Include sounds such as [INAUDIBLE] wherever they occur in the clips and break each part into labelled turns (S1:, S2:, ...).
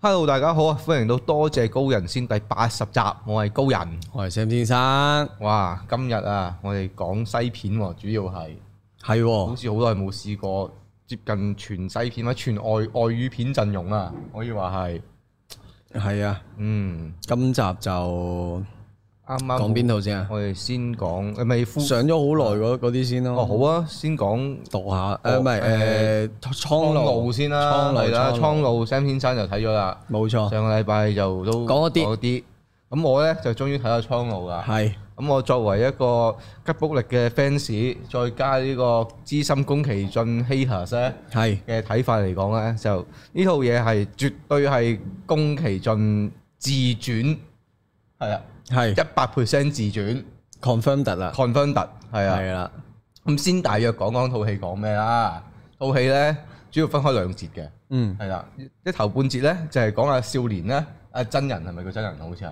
S1: Hello，大家好啊！歡迎到多謝高人先第八十集，我係高人。
S2: 我係 Sam 先生，
S1: 哇！今日啊，我哋講西片喎，主要係
S2: 係
S1: 好
S2: 喎，
S1: 似好耐冇試過接近全西片或者全外外語片陣容啊，可以話係
S2: 係啊，
S1: 嗯
S2: 今集就
S1: 啱啱好
S2: 講邊套先啊？
S1: 我哋先講誒咪呼
S2: 上咗好耐嗰嗰啲先
S1: 哦
S2: 咯，
S1: 好啊，先講
S2: 讀下
S1: 哦
S2: 誒，唔係誒
S1: 蒼
S2: 蒼
S1: 鷺先啦，
S2: 蒼鷺
S1: 係啦，
S2: 蒼鷺
S1: 蒼鷺 Sam 先生就睇咗啦，
S2: 冇錯，
S1: 上個禮拜就都
S2: 講咗啲
S1: 咗啲，咁我咧就終於睇到蒼鷺啊啦。
S2: 係
S1: 咁我作為一個吉卜力嘅 fans，再加呢個資深宮崎駿 haters 咧
S2: 係
S1: 嘅睇法嚟講咧，就呢套嘢係絕對係宮崎駿自傳，係啊，
S2: 係
S1: 一百 percent 自傳
S2: confirm 得啦，
S1: confirm 特係啊。
S2: 係啦，
S1: 咁先大約講講套戲講咩啦。套戲咧主要分開兩節嘅，
S2: 嗯，
S1: 係啦，一頭半節咧就係講阿少年咧，阿真人係咪叫真人啊？好似係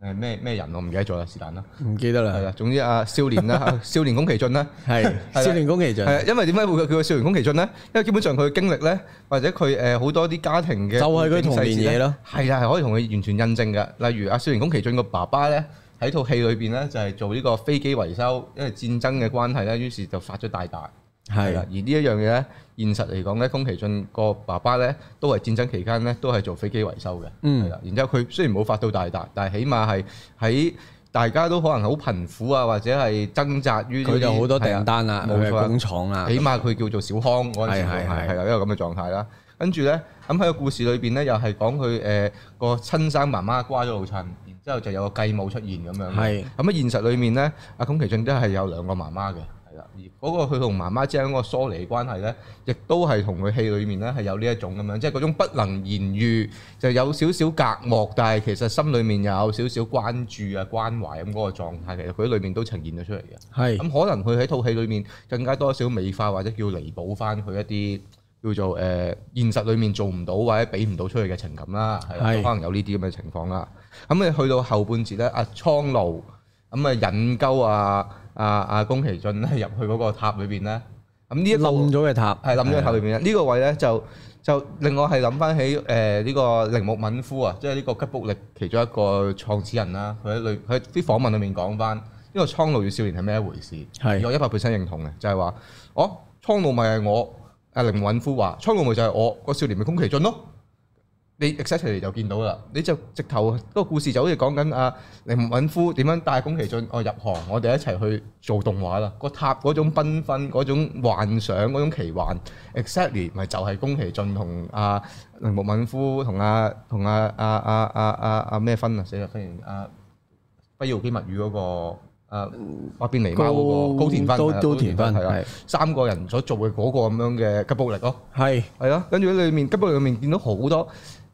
S1: 誒咩咩人我唔記得咗啦，是但啦。
S2: 唔記得
S1: 係
S2: 啦，
S1: 啦，總之阿少
S2: [LAUGHS]
S1: 年啦，啊少年宮崎駿啦，
S2: 係
S1: 啦
S2: 少年宮崎
S1: 係
S2: 駿
S1: 啊，因為點解會叫佢少年宮崎駿咧？因為基本上佢嘅經歷咧，或者佢誒好多啲家庭嘅
S2: 就係佢童年嘢咯
S1: 背景細節咧，係啦，係可以同佢完全印證嘅。例如阿少年宮崎駿個爸爸咧，喺套戲裏邊咧就係做呢個飛機維修，因為戰爭嘅關係咧，於是就發咗大達。係啦，
S2: 係
S1: 而呢一樣嘢咧，現實嚟講咧，宮崎駿個爸爸咧都係戰爭期間咧都係做飛機維修嘅，
S2: 嗯
S1: 係啦、然之後佢雖然冇發到大達，但係起碼係喺大家都可能好貧苦啊，或者係掙扎於呢啲
S2: 佢就好多訂單
S1: 係
S2: 啦，
S1: 啊冇
S2: 佢
S1: 錯啊
S2: 係工廠啦，
S1: 起碼佢叫做小康嗰陣時
S2: 係係係
S1: 係啦，一個咁嘅狀態啦。跟住咧，咁喺個故事裏邊咧，又係講佢誒個親生媽媽瓜咗老襯，然之後就有個繼母出現咁樣。
S2: 係
S1: 咁喺現實裏面咧，阿宮崎駿都係有兩個媽媽嘅，係啦。而嗰個佢同媽媽之間嗰個疏離關係咧，亦都係同佢戲裏面咧係有呢一種咁樣，即係嗰種不能言喻，就有少少隔膜，但係其實心裏面又有少少關注啊、關懷咁嗰個狀態，其實佢喺裏面都呈現咗出嚟嘅。
S2: 係
S1: 咁可能佢喺套戲裏面更加多少美化或者叫彌補翻佢一啲叫做誒、呃、現實裏面做唔到或者俾唔到出去嘅情感啦，係啦
S2: 係
S1: 可能有呢啲咁嘅情況啦。咁你啊去到後半節咧，阿、蒼鷺咁啊引鳩啊啊啊宮崎駿咧入去嗰個塔裏邊咧，咁呢一個
S2: 冧咗嘅塔，啊
S1: 係諗咗後面嘅呢個位咧就就令我係諗翻起誒呢個鈴木敏夫啊，即係呢個吉卜力其中一個創始人啦。佢喺裏佢喺啲訪問裏面講翻呢個蒼鷺與少年係咩一回事，而
S2: 係
S1: 我一百 percent 認同嘅，就係話哦蒼鷺咪係我，阿鈴木敏夫話蒼鷺咪就係我個少年咪宮崎駿咯。你 exactly 就見到啦，你就直頭嗰個故事就好似講緊啊鈴木敏夫點樣帶宮崎駿哦入行，我哋一齊去做動畫啦。個塔嗰種繽紛、嗰種幻想、嗰種奇幻，exactly 咪就係宮崎駿同阿鈴木敏夫同阿同阿阿阿阿阿阿咩芬啊死啦忽然啊《輝耀機密語》嗰個啊百變狸貓嗰個
S2: 高
S1: 高田芬
S2: 高
S1: 係啦
S2: 高田芬
S1: 係啦
S2: 係，
S1: 三個人所做嘅嗰個咁樣嘅吉卜力咯。
S2: 係
S1: 係咯，跟住喺裏面，根本裏面見到好多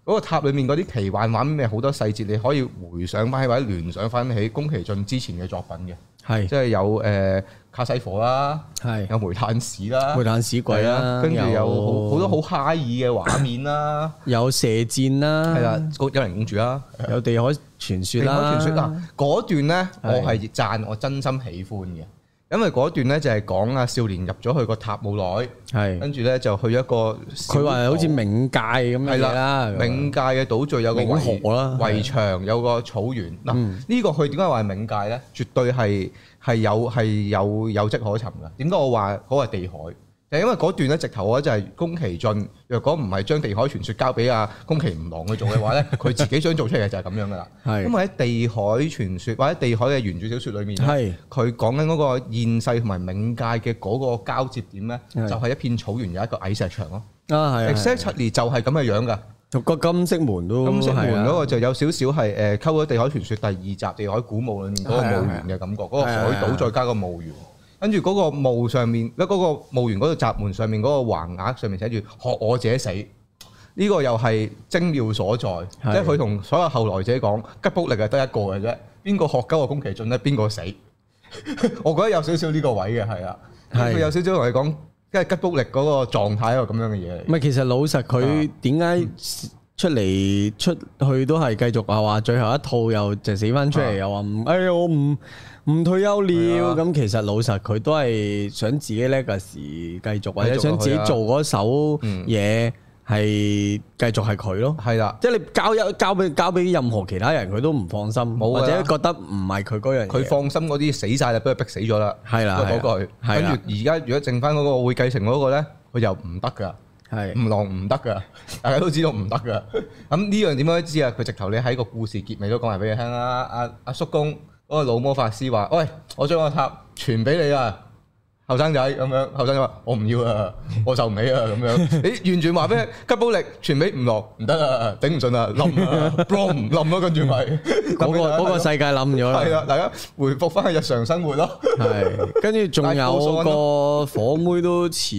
S1: 嗰個塔裏面嗰啲奇幻畫面，好多細節你可以回想翻起或者聯想翻起宮崎駿之前嘅作品嘅，
S2: 係
S1: 即係有誒、呃卡西火啦，
S2: 係
S1: 有煤炭屎啦
S2: 煤，炭屎鬼
S1: 係啊
S2: 啦，
S1: 跟住有好好多好嗨 i 嘅畫面啦，
S2: 有射箭啦，
S1: 係啦，個幽靈公主啦，
S2: 有地海傳說
S1: 地海
S2: 嗯啦，
S1: 傳說啦，嗰段咧
S2: 係
S1: 我係讚我真心喜歡嘅，因為嗰段咧就係講啊少年入咗去個塔冇耐，
S2: 係
S1: 跟住咧就去一個小
S2: 佢話好似
S1: 島
S2: 冥界咁樣
S1: 係
S2: 嘢啦
S1: 啦，，冥界嘅島嶼有個
S2: 冥河啦啊係嗯
S1: 圍牆，有個草原。嗱，呢個佢點解話係冥界咧？絕對係係有係有有跡可尋嘅。點解我話嗰個係地海？就係因為嗰段咧，直頭我覺得就係宮崎駿，若果唔係將地海傳說交俾阿宮崎吾朗去做嘅話
S2: [LAUGHS]
S1: 咧，佢自己想做出嚟嘅就係咁樣噶啦。因
S2: 係
S1: 為喺地海傳說或者地海嘅原著小說裏面呢，
S2: 係
S1: 佢講緊嗰個現世同埋冥界嘅嗰個交接點咧，就
S2: 係
S1: 係一片草原有一個矮石牆咯。
S2: 啊係係，
S1: exactly 就係咁嘅樣㗎。
S2: 同個金色門都
S1: 金色
S2: 係
S1: 門
S2: 啊
S1: 嗰個就有少少係誒溝咗《地海傳說》第二集《地海古墓》裏面嗰個墓園嘅感覺，嗰個
S2: 係啊
S1: 海
S2: 係
S1: 島
S2: 啊
S1: 再加個墓園，跟住嗰個墓上面，嗰、個墓園嗰度閘門上面嗰個橫額上面寫住學我者死，呢、個又係精妙所在，即係佢同所有後來者講吉卜力係得一個嘅啫，邊個學鳩我宮崎駿咧，邊個死？ [LAUGHS] 我覺得有少少呢個位嘅係啊，
S2: 係
S1: 佢有少少同你講，即係吉卜力嗰個狀態一個咁樣嘅嘢嚟
S2: 唔。係其實老實佢點解出嚟出去都係繼續啊話最後一套又就死翻出
S1: 啊
S2: 嚟又話唔哎呀我唔唔退休了
S1: 係啊
S2: 咁其實老實佢都係想自己 legacy 繼續或者
S1: 繼續
S2: 想自己
S1: 落去啊
S2: 做嗰首嘢係繼續係佢咯。
S1: 係啦，
S2: 即係你交一交俾交俾任何其他人，佢都唔放心，
S1: 冇㗎
S2: 或者
S1: 啦
S2: 覺得唔係佢嗰樣嘢。
S1: 佢放心嗰啲死晒啦，俾佢逼死咗啦。
S2: 係啦，
S1: 都係
S2: 係
S1: 嗰句，
S2: 係啦
S1: 跟住而家如果剩翻嗰個會繼承嗰個咧，佢又唔得㗎。
S2: 係
S1: 唔浪唔得噶， [LAUGHS] 大家都知道唔得噶。咁呢樣點樣都知啊？佢直頭你喺個故事結尾都講埋俾你聽啦。阿阿叔公嗰個老魔法師話：，喂，我將個塔傳俾你啦，後生仔咁樣。後生仔話：我唔要
S2: [LAUGHS]
S1: 啊，我受唔起啊咁樣。你完全話俾你吉寶力傳俾唔落，唔得啊，頂唔順啊，冧啊
S2: [LAUGHS]
S1: b o 冧咯，跟住咪
S2: 嗰個
S1: [LAUGHS]
S2: 啊嗰個世界冧咗
S1: 係
S2: 啦，
S1: 啦，大家回復翻日常生活咯。
S2: 係跟住仲有個火妹都似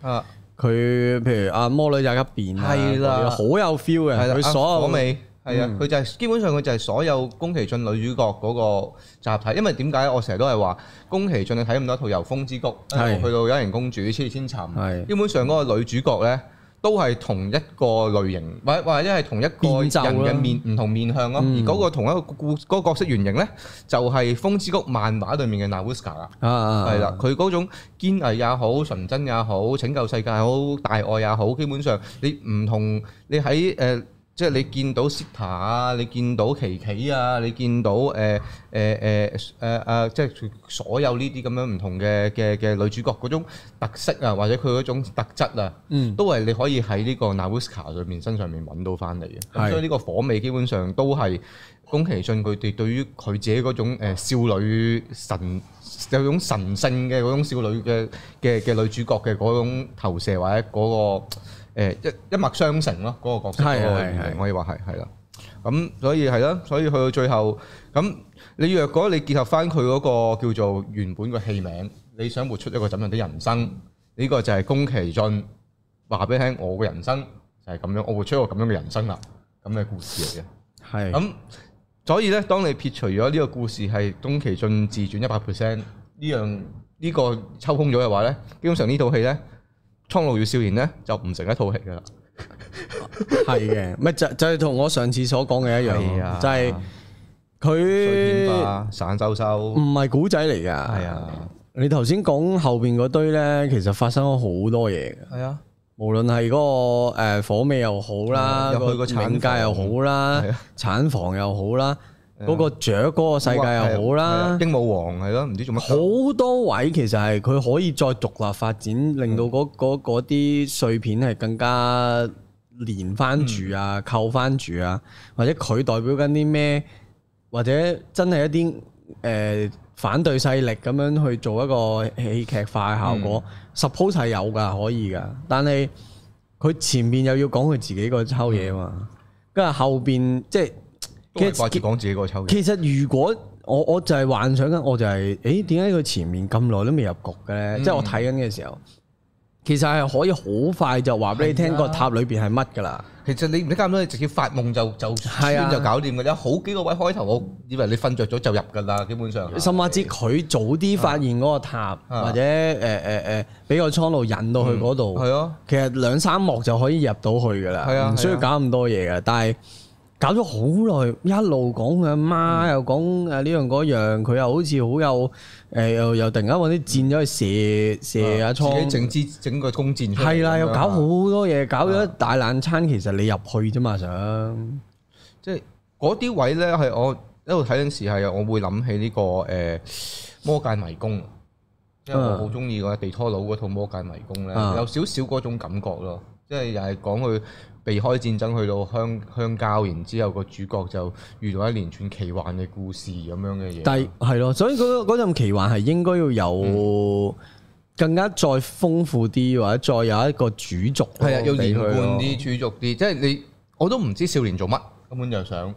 S1: 啊，
S2: 佢，譬如啊魔女宅急便啊
S1: 係啦
S2: 好有 feel
S1: 係啦，
S2: 嘅，
S1: 啊
S2: 佢
S1: 火
S2: 所有嗯
S1: 尾係啊，佢就係基本上佢就係所有宮崎駿女主角嗰個集體，因為點解我成日都係話宮崎駿你睇咁多套《由風之谷》，
S2: 係
S1: 去到《有人公主》《千與千尋》，
S2: 係
S1: 基本上嗰個女主角咧都係同一個類型，或或者係同一個
S2: 變
S1: 人
S2: 奏啦
S1: 嘅面唔同面向咯。而
S2: 嗯
S1: 嗰個同一個故嗰個角色原型咧，就係《風之谷》漫畫裡面嘅 Nausicaä 啦。
S2: 啊啊
S1: 係啦，，佢嗰種堅毅也好、純真也好、拯救世界也好、大愛也好，基本上你唔同你喺誒、呃即係你見到 Sita 啊，你見到琪琪啊，你見到呃誒誒誒誒誒，呃即係所有呢啲咁樣唔同嘅嘅嘅女主角嗰種特色啊，或者佢嗰種特質啊，
S2: 嗯
S1: 都係你可以喺呢個 Nausicaä 上面身上面揾到翻嚟嘅。
S2: 係
S1: 咁所以呢個火味基本上都係宮崎駿佢哋對於佢自己嗰種呃少女神有種神性嘅嗰種少女嘅嘅嘅女主角嘅嗰種投射或者嗰、個、呃、一一脈相承咯，嗰、個角色
S2: 係
S1: 嗰個
S2: 係
S1: 原型
S2: 係
S1: 可以話係係啦。咁所以係啦，所以去到最後咁，你若果你結合翻佢嗰個叫做原本個戲名，你想活出一個怎樣的人生？呢、個就係宮崎駿話俾你聽，我嘅人生就係咁樣，我活出一個咁樣嘅人生啦，咁嘅故事嚟嘅。
S2: 係
S1: 咁所以咧，當你撇除咗呢個故事係宮崎駿自傳一百 percent 呢樣呢個抽空咗嘅話咧，基本上呢套戲咧，《蒼鷺與少年》咧就唔成一套戲噶啦。
S2: 係嘅，咪就就係同我上次所講嘅一樣咯，就係
S1: 啊碎片
S2: 佢
S1: 化、散收收
S2: 唔，係古仔嚟㗎，
S1: 係。啊，
S2: 你頭先講後邊嗰堆咧，其實發生咗好多嘢嘅，
S1: 係啊，
S2: 無論係嗰個誒火味又好啦，
S1: 嗯入去個產
S2: 冥界又好啦
S1: 係啊，啊
S2: 產房又好啦，嗰個雀嗰個世界又好啦，
S1: 鸚鵡王啊係咯，唔知做乜
S2: 好多位其實係佢可以再獨立發展，令
S1: 嗯
S2: 到嗰嗰嗰啲碎片係更加連翻住啊，
S1: 嗯
S2: 扣翻住啊，或者佢代表緊啲咩，或者真係一啲誒、呃反對勢力咁樣去做一個戲劇化嘅效
S1: 嗯
S2: 果、s u p p o s e 係有㗎，可以㗎，但係佢前面又要講佢自己個抽嘢嘛，跟住後邊即係
S1: 都係掛住講自己個抽嘅。
S2: 其實如果我我就係幻想緊，我就係、诶誒點解佢前面咁耐都未入局嘅咧？
S1: 嗯
S2: 即係我睇緊嘅時候，其實係可以好快就話俾你聽
S1: 係啊
S2: 個塔裏邊係乜㗎啦。
S1: 其實你唔使咁多，你直接發夢就就
S2: 係啊
S1: 穿就搞掂㗎啦。有好幾個位開頭，我以為你瞓着咗就入㗎啦，基本上啊係。
S2: 甚至佢早啲發現嗰個塔，
S1: 啊
S2: 或者誒誒誒，俾個蒼鷺引到去嗰度，
S1: 係啊，
S2: 其實兩三幕就可以入到去㗎
S1: 係
S2: 啦，
S1: 啊
S2: 唔需要搞咁多嘢嘅。但係搞咗好耐，一路講佢阿
S1: 嗯
S2: 媽，又講誒呢樣嗰樣，佢又好似好有誒，又又突然間揾啲箭咗去射射阿
S1: 啊自己
S2: 倉，
S1: 整支整個弓箭出嚟。
S2: 係啦，又搞
S1: 咁
S2: 好
S1: 樣啊
S2: 多嘢，搞咗一大爛餐。其實你入去啫嘛，想
S1: 即係嗰啲位咧係我一路睇嗰陣時係，我會諗起呢個誒魔界迷宮。因為我好中意個地拖佬嗰套《魔界迷宮》咧，
S2: 啊
S1: 有少少嗰種感覺咯，即係又係講佢避開戰爭去到鄉鄉郊，然之後個主角就遇到一連串奇幻嘅故事咁樣嘅嘢。
S2: 但係係咯，所以嗰嗰陣奇幻係應該要
S1: 嗯
S2: 有更加再豐富啲，或者再有一個主軸嗰個
S1: 係啊，要
S2: 俾
S1: 連
S2: 佢咯
S1: 貫啲、主軸啲，即係你我都唔知少年做乜，根本就想
S2: 哦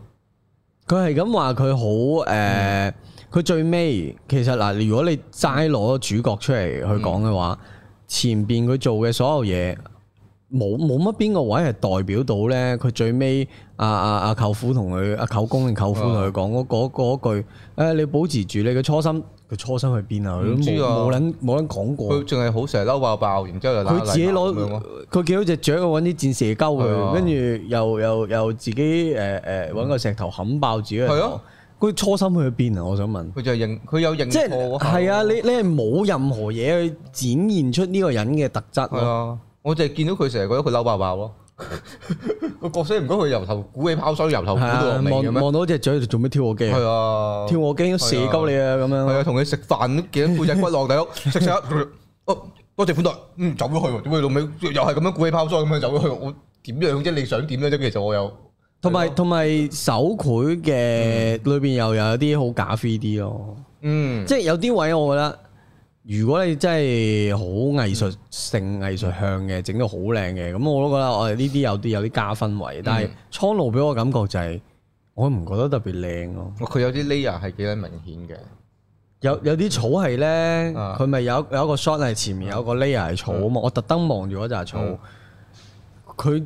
S2: 佢係咁話佢好誒，
S1: 嗯
S2: 呃佢、最尾其實嗱，如果你齋攞主角出嚟去講嘅話，
S1: 嗯
S2: 前邊佢做嘅所有嘢。冇冇乜邊個位係代表到咧？佢最尾阿阿阿舅父同佢阿舅公定舅父同
S1: 啊
S2: 佢講嗰嗰嗰句誒、你保持住你嘅初心，佢初心去邊啊？佢
S1: 唔
S2: 都
S1: 知
S2: 冇
S1: 啊
S2: 冇撚冇撚講過
S1: 佢。淨係好成日嬲爆爆，然之後又
S2: 佢自己攞
S1: 咁樣咯
S2: 佢見到只雀，揾啲箭射
S1: 係
S2: 鳩佢，
S1: 啊嗯
S2: 跟住又又又自己誒誒揾個石頭冚爆自己嘅
S1: 係嗯
S2: 頭
S1: 啊。
S2: 佢初心去咗邊啊？我想問，
S1: 佢就認佢有認
S2: 即係
S1: 錯
S2: 係啊！你你係冇任何嘢去展現出呢個人嘅特質
S1: 係
S2: 咯。
S1: 啊，我就係見到佢成日覺得佢嬲爆爆咯， [LAUGHS] 個角色唔該佢由頭鼓起拋腮，由頭鼓
S2: 係
S1: 到落
S2: 啊，
S1: 尾嘅
S2: 望
S1: 咩？
S2: 望到隻嘴做咩挑我機啊？
S1: 係啊，
S2: 挑我機都射鳩你啊！咁
S1: 係
S2: 樣
S1: 啊，同佢食飯都幾多背脊骨落大
S2: [LAUGHS]
S1: 佬，食食下，哦，多謝款待，嗯，走咗去喎，點解老尾又係咁樣鼓起拋腮咁樣走咗去？我點樣啫？你想點咧啫？其實我又
S2: 同埋
S1: 係咯
S2: 同埋手繪嘅裏邊又有啲好假 3D 咯，
S1: 嗯，
S2: 即係有啲位我覺得，如果你真係好藝術性、藝術向嘅，整到好靚嘅，咁我都覺得我哋呢啲有啲有啲加分位。但係
S1: 嗯
S2: 蒼鷺俾我感覺就係、我唔覺得特別靚咯。
S1: 哦佢有啲 layer 係幾得明顯嘅，
S2: 有有啲草係咧，
S1: 啊
S2: 佢咪有有一個 shot 係前面有個 layer 係草啊嘛，我特登望住嗰扎草
S1: 嗯，
S2: 佢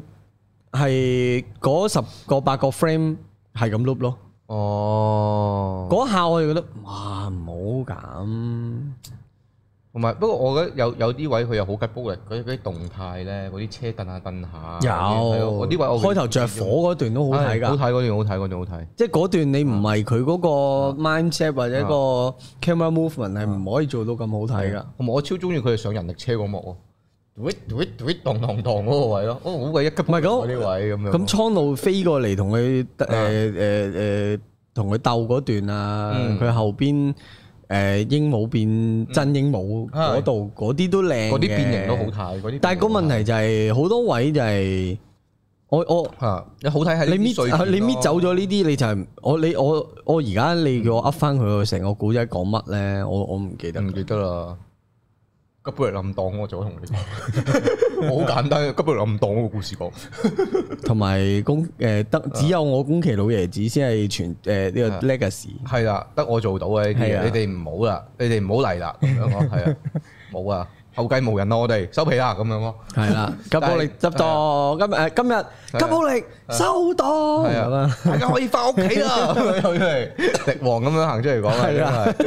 S2: 係嗰十個八個 frame 係咁 loop 咯，
S1: 哦
S2: 嗰下我就覺得哇唔好咁，
S1: 同埋，不過我覺得有有啲位佢又好吉煲力，嗰啲嗰啲動態咧，嗰啲車蹬下蹬下，
S2: 有
S1: 係咯嗰啲位我
S2: 開頭着火嗰段都好睇
S1: 好
S2: 㗎，
S1: 睇嗰段好睇嗰段好睇，
S2: 即係嗰段你唔係佢嗰個 mindset 或者個 camera movement 係唔可以做到咁好睇㗎。
S1: 同埋我超中意佢哋上人力車嗰幕喎，嘟嘟嘟蕩蕩蕩嗰個位咯，哦好鬼一級
S2: 唔係咁
S1: 嗰啲位咁樣。
S2: 咁蒼鷺飛過嚟同佢誒誒誒同佢鬥嗰段啊，
S1: 嗯
S2: 佢、後邊誒、呃、鸚鵡變真鸚鵡嗰度嗰啲都靚，
S1: 嗰啲變形都好。睇，嗰啲
S2: 但係個問題就係、好多位就係、我我
S1: 嚇你好睇係
S2: 你
S1: 呢啲碎片
S2: 搣
S1: 咯
S2: 啊你搣走咗呢啲，你就係、我你我我而家你叫我噏翻佢個成個古仔講乜咧？我我唔記得。
S1: 唔記得啦。吉布力冧檔我就同你講， [LAUGHS] 我好簡單嘅吉布力冧檔嗰個故事講，
S2: 同埋
S1: [LAUGHS]
S2: 宮誒得
S1: 啊
S2: 只有我宮崎老爺子先係全誒呢個 legacy。
S1: 係啦，得我做到嘅呢啲
S2: 係啊
S1: 嘢，你哋唔好啦，你哋唔好嚟啦，咁樣
S2: [LAUGHS]
S1: 咯，係啊，冇啊，後繼無人咯，我哋收皮啦，咁樣咯，
S2: 係 [LAUGHS] 啦，吉
S1: 但係
S2: 寶力執檔，今誒今
S1: 啊
S2: 日吉寶力收檔
S1: 係啊
S2: 咁啊，
S1: 大家可以翻屋企
S2: [LAUGHS]
S1: 啦，咁樣走出嚟，迪王咁樣行出嚟講啦，
S2: 係
S1: 真
S2: 啊
S1: 係。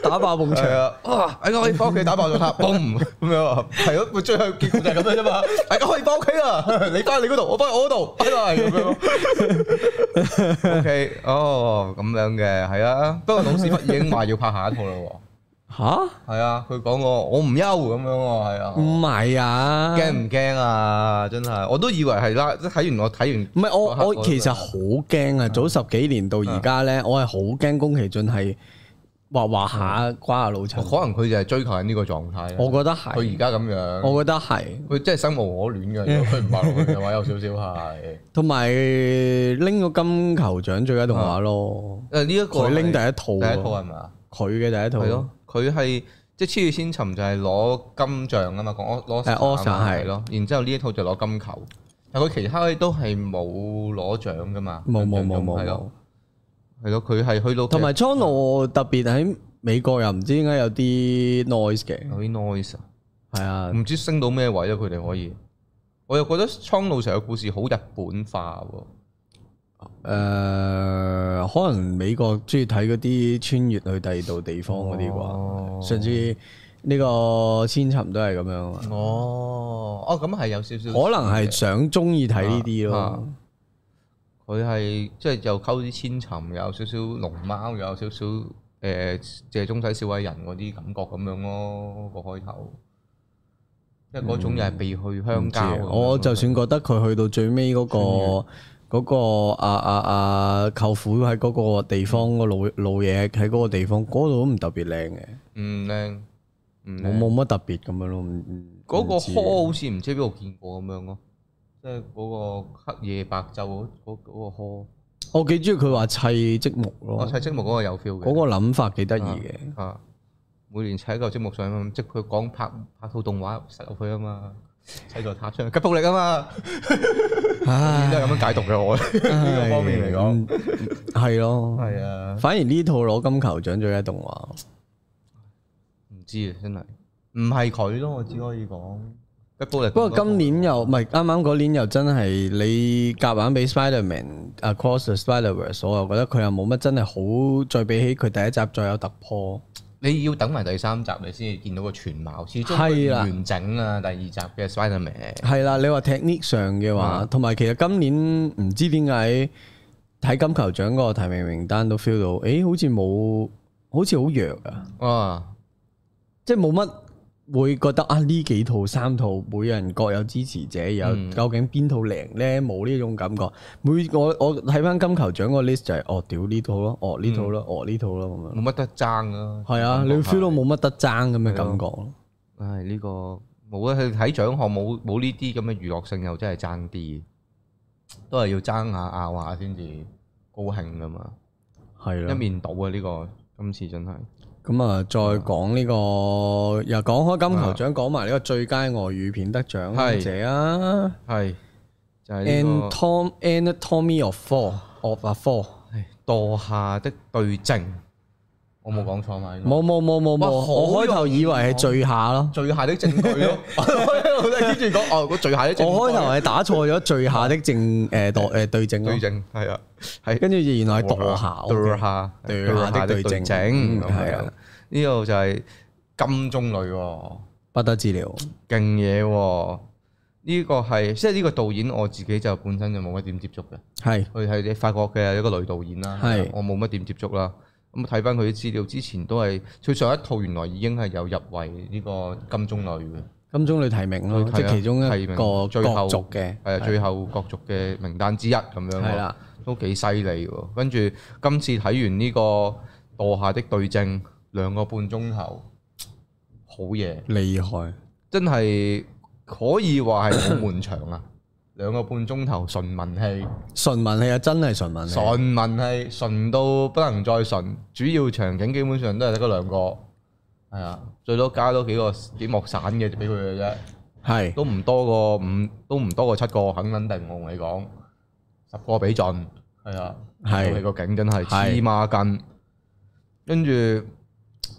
S2: 打爆埲
S1: 係
S2: 牆。
S1: [LAUGHS] 啊，哇！大家可以翻屋企打爆咗
S2: [LAUGHS]
S1: 塔，嘣咁樣啊，係咯，最後結局就係咁樣啫嘛。大家可以翻屋企啊， [LAUGHS] 你翻你嗰度，我翻我嗰度，拜拜咁
S2: [LAUGHS]
S1: 樣咯。OK，哦，咁樣嘅係啊。不過老屎忽已經話要拍下一套啦喎，
S2: 吓？
S1: 係啊，佢講我我唔休咁樣喎，係啊，
S2: 唔係啊，
S1: 驚唔驚啊？真係，我都以為係啦，即係睇完我睇完
S2: 唔係
S1: 嗰
S2: 我
S1: 刻
S2: 我其實好驚啊！早十幾年到而家
S1: 啊
S2: 咧，我係好驚宮崎駿係畫畫下瓜下老
S1: 我
S2: 襯。
S1: 啊可能佢就係追求緊呢個狀態
S2: 我
S1: 啦。
S2: 覺得
S1: 佢
S2: 係
S1: 而，家咁樣，
S2: 我覺得嗯係。
S1: 佢真係生無可戀嘅。如果佢唔拍落去嘅話，有少少
S2: [LAUGHS]
S1: 係。
S2: 同埋拎咗金球獎最佳動畫咯，
S1: 誒呢一個
S2: 佢拎第
S1: 係
S2: 一套
S1: 啊第一套
S2: 啊，
S1: 係咪啊？
S2: 佢嘅第一套
S1: 係咯，，佢係即係《千與千尋》就係攞金像啊嘛，講攞攞
S2: 誒 Oscar
S1: 嘛
S2: 係
S1: 咯，然之後呢一套就攞金球，但佢其他啲都係冇攞獎噶嘛，
S2: 冇冇冇冇
S1: 係
S2: 冇
S1: 咯。係咯，佢係去到
S2: 同埋 Channel 特別喺美國又唔知點解有啲 noise 嘅，
S1: 有啲 noise 啊
S2: 係啊，
S1: 唔知升到咩位啊？佢哋可以，我又覺得蒼鷺成個故事好日本化喎，
S2: 誒、
S1: 嗯
S2: 可能美國中意睇嗰啲穿越去第二度地方嗰啲
S1: 哦
S2: 啩，甚至呢個千尋都係咁樣啊，
S1: 哦，哦咁係有少少，
S2: 可能係想中意睇呢啲
S1: 啊
S2: 咯，
S1: 佢係即係又溝啲千尋，又有少少龍貓，又有少少誒謝中睇小矮人嗰啲感覺咁樣咯，個開頭，即係嗰種又係避去鄉
S2: 嗯唔知
S1: 郊咁樣
S2: 啊
S1: 咯。
S2: 我就算覺得佢去到最尾嗰、個。嗰、個啊啊啊舅父喺嗰個地方，個老老嘢喺嗰個地方，嗰度都唔特別靚嘅，
S1: 唔嗯靚，嗯唔
S2: 我
S1: 靚。
S2: 冇乜特別咁樣咯。唔唔
S1: 嗰個
S2: 唔知啊
S1: 殼好似唔知邊度見過咁樣咯，即係嗰個黑夜白晝嗰嗰嗰個殼。
S2: 我幾中意佢話砌積木
S1: 我
S2: 咯，
S1: 哦砌積木嗰個有 feel 嘅。
S2: 嗰個諗法幾得意嘅。
S1: 啊，每年砌嚿積木上，即係佢講拍拍套動畫塞入去啊嘛，砌座塔上去吉卜力啊嘛。
S2: 唉，
S1: 都係咁樣解讀嘅我啊 [LAUGHS] 呢個方面嚟講，
S2: 嗯，係咯。
S1: 係啊，
S2: 反而呢套攞金球獎最佳動畫，
S1: 唔知啊，真係唔係佢咯，我只可以講吉卜力。
S2: 不過今年又唔係啱啱嗰年又真係你夾硬俾 Spider-Man Across the Spider-Verse，我又覺得佢又冇乜真係好，再比起佢第一集再有突破。
S1: 你要等埋第三集你先至見到個全貌，始終
S2: 係
S1: 佢唔
S2: 啦
S1: 完整啊。第二集嘅 Spiderman
S2: 係啦，你話 technique 上嘅話，同埋其實今年唔知點解睇金球獎嗰個提名名單都 feel 到，誒好似冇，好似好弱啊！
S1: 啊，
S2: 即係冇乜會覺得啊呢幾套三套，每人各有支持者，有
S1: 嗯
S2: 究竟邊套靚咧？冇呢種感覺。每我我睇翻金球獎個 list 就係、哦屌呢套咯，哦呢套
S1: 嗯
S2: 咯，哦呢套咯咁樣。
S1: 冇乜得爭啊。
S2: 係啊，你會 feel 到冇乜得爭咁嘅感覺咯。
S1: 唉，呢、個冇啊！佢睇獎項冇冇呢啲咁嘅娛樂性，又真係爭啲，都係要爭下拗下先至高興噶嘛。
S2: 係
S1: 一
S2: 啦。
S1: 面倒啊！呢、個今次真係
S2: 咁啊，再講呢、個又講開金球獎，講埋呢個最佳外語片得獎
S1: 係
S2: 者啊。
S1: 係就係、呢、個
S2: Anatom Anatomy of Fall of a Fall，
S1: 唉墮下的對症，我冇講錯嘛？應該
S2: 冇冇冇冇冇，
S1: 哇
S2: 我
S1: 好
S2: 開頭以為係最下咯。
S1: 最下的證
S2: [LAUGHS]
S1: 據咯， [LAUGHS] 我喺度都係跟住講哦，個最下的證據。
S2: 我開頭係打錯咗最下的正誒對誒對症咯
S1: 對，症係啊，係
S2: 跟住原來係墮下
S1: 墮
S2: OK。
S1: 下
S2: 啊對
S1: 墮
S2: 下的對
S1: 對
S2: 症
S1: 症
S2: 嗯
S1: 咁
S2: 係
S1: 係
S2: 啊
S1: 啊，呢度就係金鐘類喎。
S2: 不得治療。
S1: 勁嘢喎！呢個係即係呢個導演，我自己就本身就冇乜點接觸嘅。
S2: 係
S1: 佢係法國嘅一個女導演啦，啊
S2: 係
S1: 我冇乜點接觸啦。咁啊睇翻佢啲資料，之前都係佢上一套原來已經係有入圍呢個金鐘女嘅，
S2: 金鐘女提名咯，
S1: 佢
S2: 即
S1: 提
S2: 係
S1: 啊
S2: 其中一
S1: 提
S2: 個
S1: 名
S2: 角
S1: 最後
S2: 逐嘅，
S1: 係啊，最後角逐嘅名單之一咁樣喎。
S2: 係啦，
S1: 都幾犀利喎！跟住今次睇完呢個墮下的對證兩個半鐘頭，好嘢！
S2: 厲害。
S1: 真係可以話係冇悶場啊！兩個半鐘頭純文戲，
S2: 純文戲啊，真係純文戲。
S1: 純文戲，純到不能再純。主要場景基本上都係得嗰兩個，係啊，最多加多幾個幾幕散嘅俾佢嘅啫，
S2: 係
S1: 都唔多過五，都唔多過七個，肯肯定我同你講，十個俾盡，係啊，
S2: 係
S1: 你個景真係
S2: 係
S1: 黐孖筋，跟住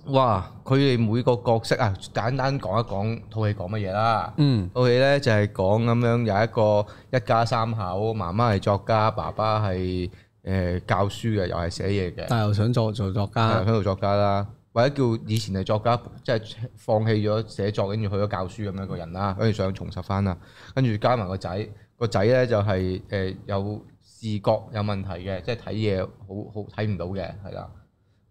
S1: 哇，佢哋每個角色啊，簡單講一講套戲講乜嘢啦。
S2: 嗯
S1: 套戲咧就係講咁樣有一個一家三口，媽媽係作家，爸爸係誒、呃教書嘅，又係寫嘢嘅，
S2: 但又想做做作
S1: 係
S2: 家，
S1: 香港作家啦，或者叫以前係作家，即係放棄咗寫作，跟住去咗教書咁樣一個人啦，跟住想重拾翻啦，跟住加埋個仔，個仔咧就係、誒、有視覺有問題嘅，即係睇嘢好好睇唔到嘅，係啦。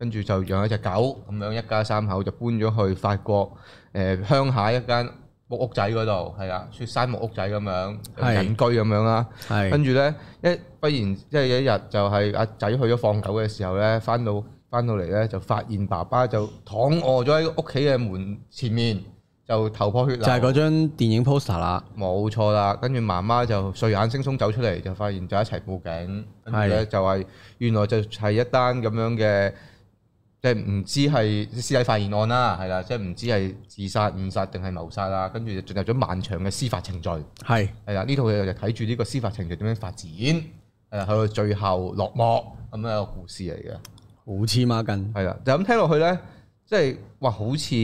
S1: 跟住就養一隻狗，咁樣一家三口就搬咗去法國誒、鄉下一間木屋仔嗰度，係啦，雪山木屋仔咁樣
S2: 係
S1: 隱居咁樣啦。
S2: 係
S1: 跟住咧，一忽然即係有一日就係阿仔去咗放狗嘅時候咧，翻到翻到嚟咧就發現爸爸就躺卧咗喺屋企嘅門前面，就頭破血流。
S2: 就係嗰張電影 poster 啦。
S1: 冇錯啦，跟住媽媽就睡眼惺忪走出嚟，就發現就一齊報警，跟住咧就係原來就係一單咁樣嘅，即係唔知係屍體發現案啦，係啦，即係唔知係自殺、誤殺定係謀殺啦，跟住就進入咗漫長嘅司法程序，係
S2: 係
S1: 啦，呢套戲就睇住呢個司法程序點樣發展，係啦，去到最後落幕咁樣一個故事嚟嘅。
S2: 好黐孖筋。
S1: 係啦，就咁聽落去咧，即係哇，好似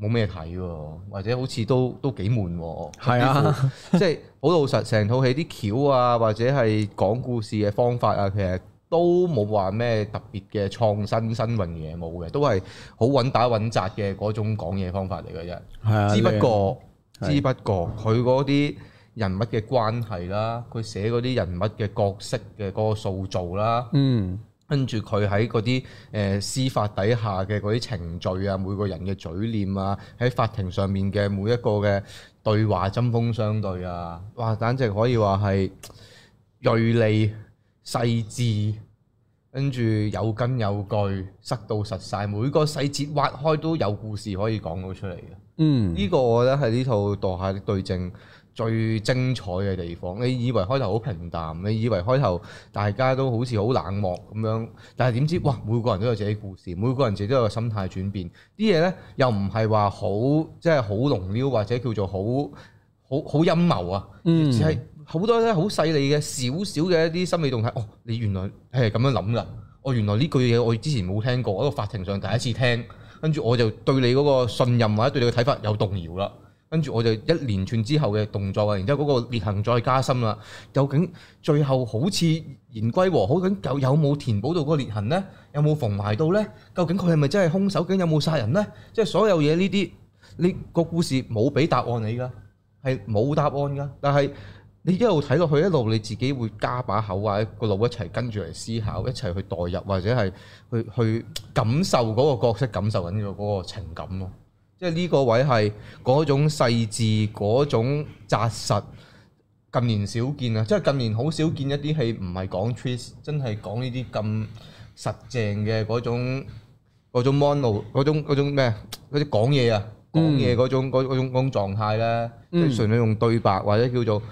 S1: 冇咩睇喎，或者好似都都幾悶喎。
S2: 係啊
S1: 甚至乎，即係好老實，成套戲啲橋啊，或者係講故事嘅方法啊，其實都冇話咩特別嘅創新新穎嘢冇嘅，都係好穩打穩紮嘅嗰種講嘢方法嚟嘅啫。
S2: 係啊，
S1: 只
S2: 你
S1: 不過，
S2: 係
S1: 只不過佢嗰啲人物嘅關係啦，佢寫嗰啲人物嘅角色嘅嗰個塑造啦。
S2: 嗯
S1: 跟住佢喺嗰啲誒司法底下嘅嗰啲程序啊，每個人嘅嘴臉啊，喺法庭上面嘅每一個嘅對話針鋒相對啊，哇！簡直可以話係鋭利細緻，跟住有根有據，塞到實晒，每個細節挖開都有故事可以講到出嚟嘅。
S2: 嗯
S1: 呢個我覺得係呢套《墮下的對證》最精彩嘅地方。你以為開頭好平淡，你以為開頭大家都好似好冷漠咁樣，但係點知哇，每個人都有自己故事，每個人自己都有心態轉變。啲嘢呢又唔係話好即係好濃撩或者叫做好好好陰謀啊，
S2: 嗯
S1: 只係好多咧好細膩嘅少少嘅一啲心理動態。哦，你原來係咁樣諗㗎。哦，原來呢句嘢我之前冇聽過，喺個法庭上第一次聽。跟住我就對你嗰個信任或者對你嘅睇法有動搖啦。跟住我就一連串之後嘅動作啊，然之後嗰個裂痕再加深啦。究竟最後好似言歸和好，究竟有有冇填補到嗰個裂痕呢？有冇縫埋到呢？究竟佢係咪真係兇手？究竟有冇殺人呢？即係所有嘢呢啲，你個故事冇俾答案你㗎，係冇答案㗎。但係你一路睇落去，一路你自己會加把口啊，個腦一齊跟住嚟思考，一齊去代入或者係去去感受嗰個角色感受緊嘅嗰個情感咯。即即係呢個位係嗰種細緻、嗰種扎實。近年少見啊，即係近年好少見一啲戲唔係講 trees，真係講呢啲咁實正嘅嗰種嗰種 mono 嗰種嗰種咩嗰啲講嘢啊，講
S2: 嗯
S1: 嘢嗰種嗰嗰種嗰種狀態咧，即
S2: 嗯
S1: 係純粹用對白或者叫做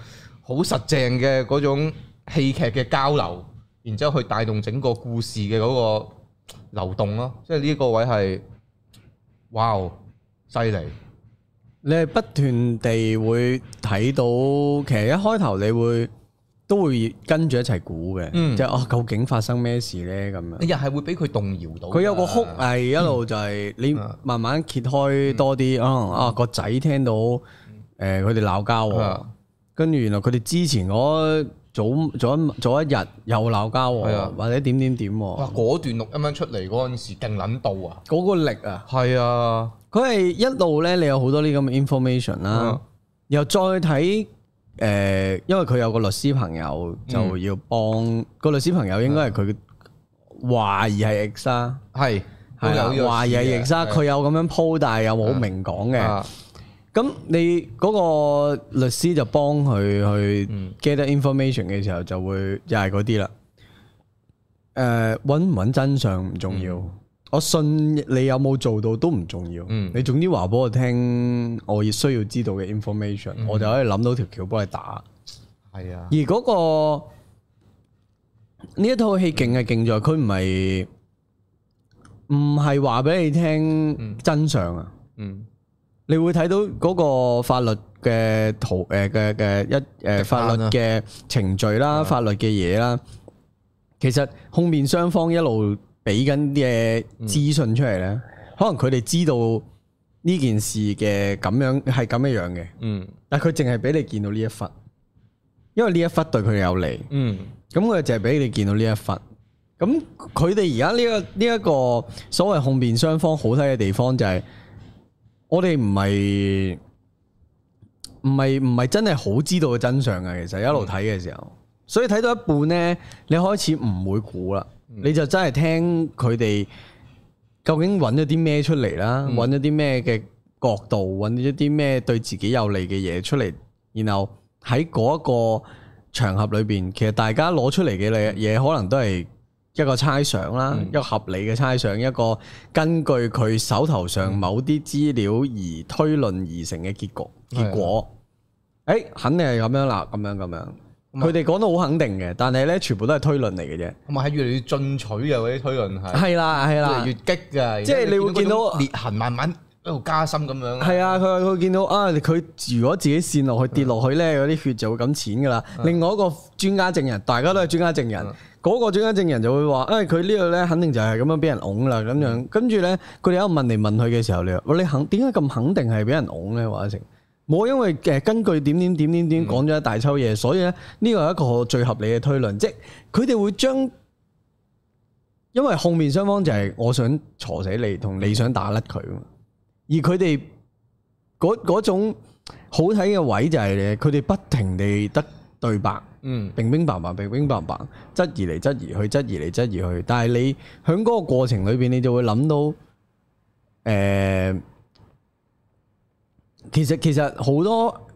S1: 好實正嘅嗰種戲劇嘅交流，然之後去帶動整個故事嘅嗰個流動咯，即係呢個位係，哇，犀利！
S2: 你係不斷地會睇到，其實一開頭你會都會跟住一齊估嘅，
S1: 嗯
S2: 即係哦究竟發生咩事呢？咁樣。
S1: 你又哎係會俾佢動搖到㗎，
S2: 佢有個哭啊係一路就係你
S1: 嗯
S2: 慢慢揭開多啲，可能啊個仔聽到誒佢哋鬧交喎
S1: 啊，
S2: 跟住原來佢哋之前嗰早早一早一日又鬧交
S1: 係
S2: 喎
S1: 啊，
S2: 或者點點點
S1: 哇！
S2: 喎，
S1: 嗰段錄音樣出嚟嗰陣時，勁撚到啊！
S2: 嗰個力啊！
S1: 係啊，
S2: 佢係一路咧，你有好多呢咁嘅 information 啦
S1: 嗯，
S2: 又再睇誒、呃因為佢有個律師朋友就要幫、個律師朋友，應該係佢懷疑係 X 啦，
S1: 係
S2: 係啦，懷疑係 X 啦，佢有咁樣鋪，但係又冇明講嘅。
S1: 嘅，
S2: 咁你嗰個律師就幫佢去 get information 嘅時候，就會又係嗰啲啦。誒揾唔揾真相唔重要，我信你有冇做到都唔重要。
S1: 嗯
S2: 你總之話俾我聽，我亦需要知道嘅 information，、我就可以諗到條橋幫你打。
S1: 係啊
S2: 而，嗰、個呢一套戲勁係勁在佢唔係唔係話俾你聽真相啊，
S1: 嗯，
S2: 你會睇到嗰個法律嘅圖誒嘅嘅一誒、
S1: 啊
S2: 法律嘅程序啦，法律嘅嘢啦，其實控辯雙方一路俾緊嘅資訊出嚟咧，可能佢哋知道呢件事嘅咁樣係咁樣樣嘅，
S1: 嗯，
S2: 但佢淨係俾你見到呢一忽，因為呢一忽對佢有利。
S1: 嗯，
S2: 咁佢就係俾你見到呢一份。咁佢哋而家呢個呢一、個所謂控辯雙方好睇嘅地方就係、我哋唔係唔係唔係真係好知道嘅真相嘅，其實一路睇嘅時候，所以睇到一半呢，你開始唔會估啦，
S1: 嗯
S2: 你就真係聽佢哋究竟揾咗啲咩出嚟啦，
S1: 嗯
S2: 揾咗啲咩嘅角度，揾咗啲咩對自己有利嘅嘢出嚟，然後喺嗰一個場合裏邊，其實大家攞出嚟嘅
S1: 嗯
S2: 嘢嘢可能都係一個猜想啦，一個合理嘅猜想，一個根據佢手頭
S1: 嗯
S2: 上某啲資料而推論而成嘅結局
S1: 係啊
S2: 結果。誒、肯定係咁樣啦，咁樣咁樣。佢哋講得好肯定嘅，但係咧全部都係推論嚟嘅啫。
S1: 同埋係越嚟越進取嘅嗰啲推論係，
S2: 係啦，係
S1: 越
S2: 啦
S1: 嚟越，激嘅，
S2: 即係你會見到
S1: 嗰種裂痕慢慢一路加深咁樣，
S2: 係啊。佢話佢見到啊，佢如果自己線落去跌落去咧，嗰啲血就會咁淺噶啦。
S1: 啊
S2: 另外一個專家證人，大家都係專家證人，嗰個專家證人就會話：，誒佢呢度咧肯定就係咁樣俾人㧬啦，咁
S1: 嗯
S2: 樣。跟住咧，佢哋喺度問嚟問去嘅時候，你話：，喂你肯點解咁肯定係俾人㧬咧？或者成？冇，因為誒根據點點點點
S1: 嗯
S2: 點講咗一大抽嘢，所以咧呢個係一個最合理嘅推論，即係佢哋會將，因為控面雙方就係我想挫死你，同你想打甩佢啊嘛，而佢哋嗰嗰種好睇嘅位就係咧，佢哋不停地得對白。
S1: 嗯，
S2: 乒乒乓乓，乒乒乓乓，質疑嚟質疑去，質疑嚟質疑去。但係你喺嗰個過程裏邊，你就會諗到，誒、其實其實好多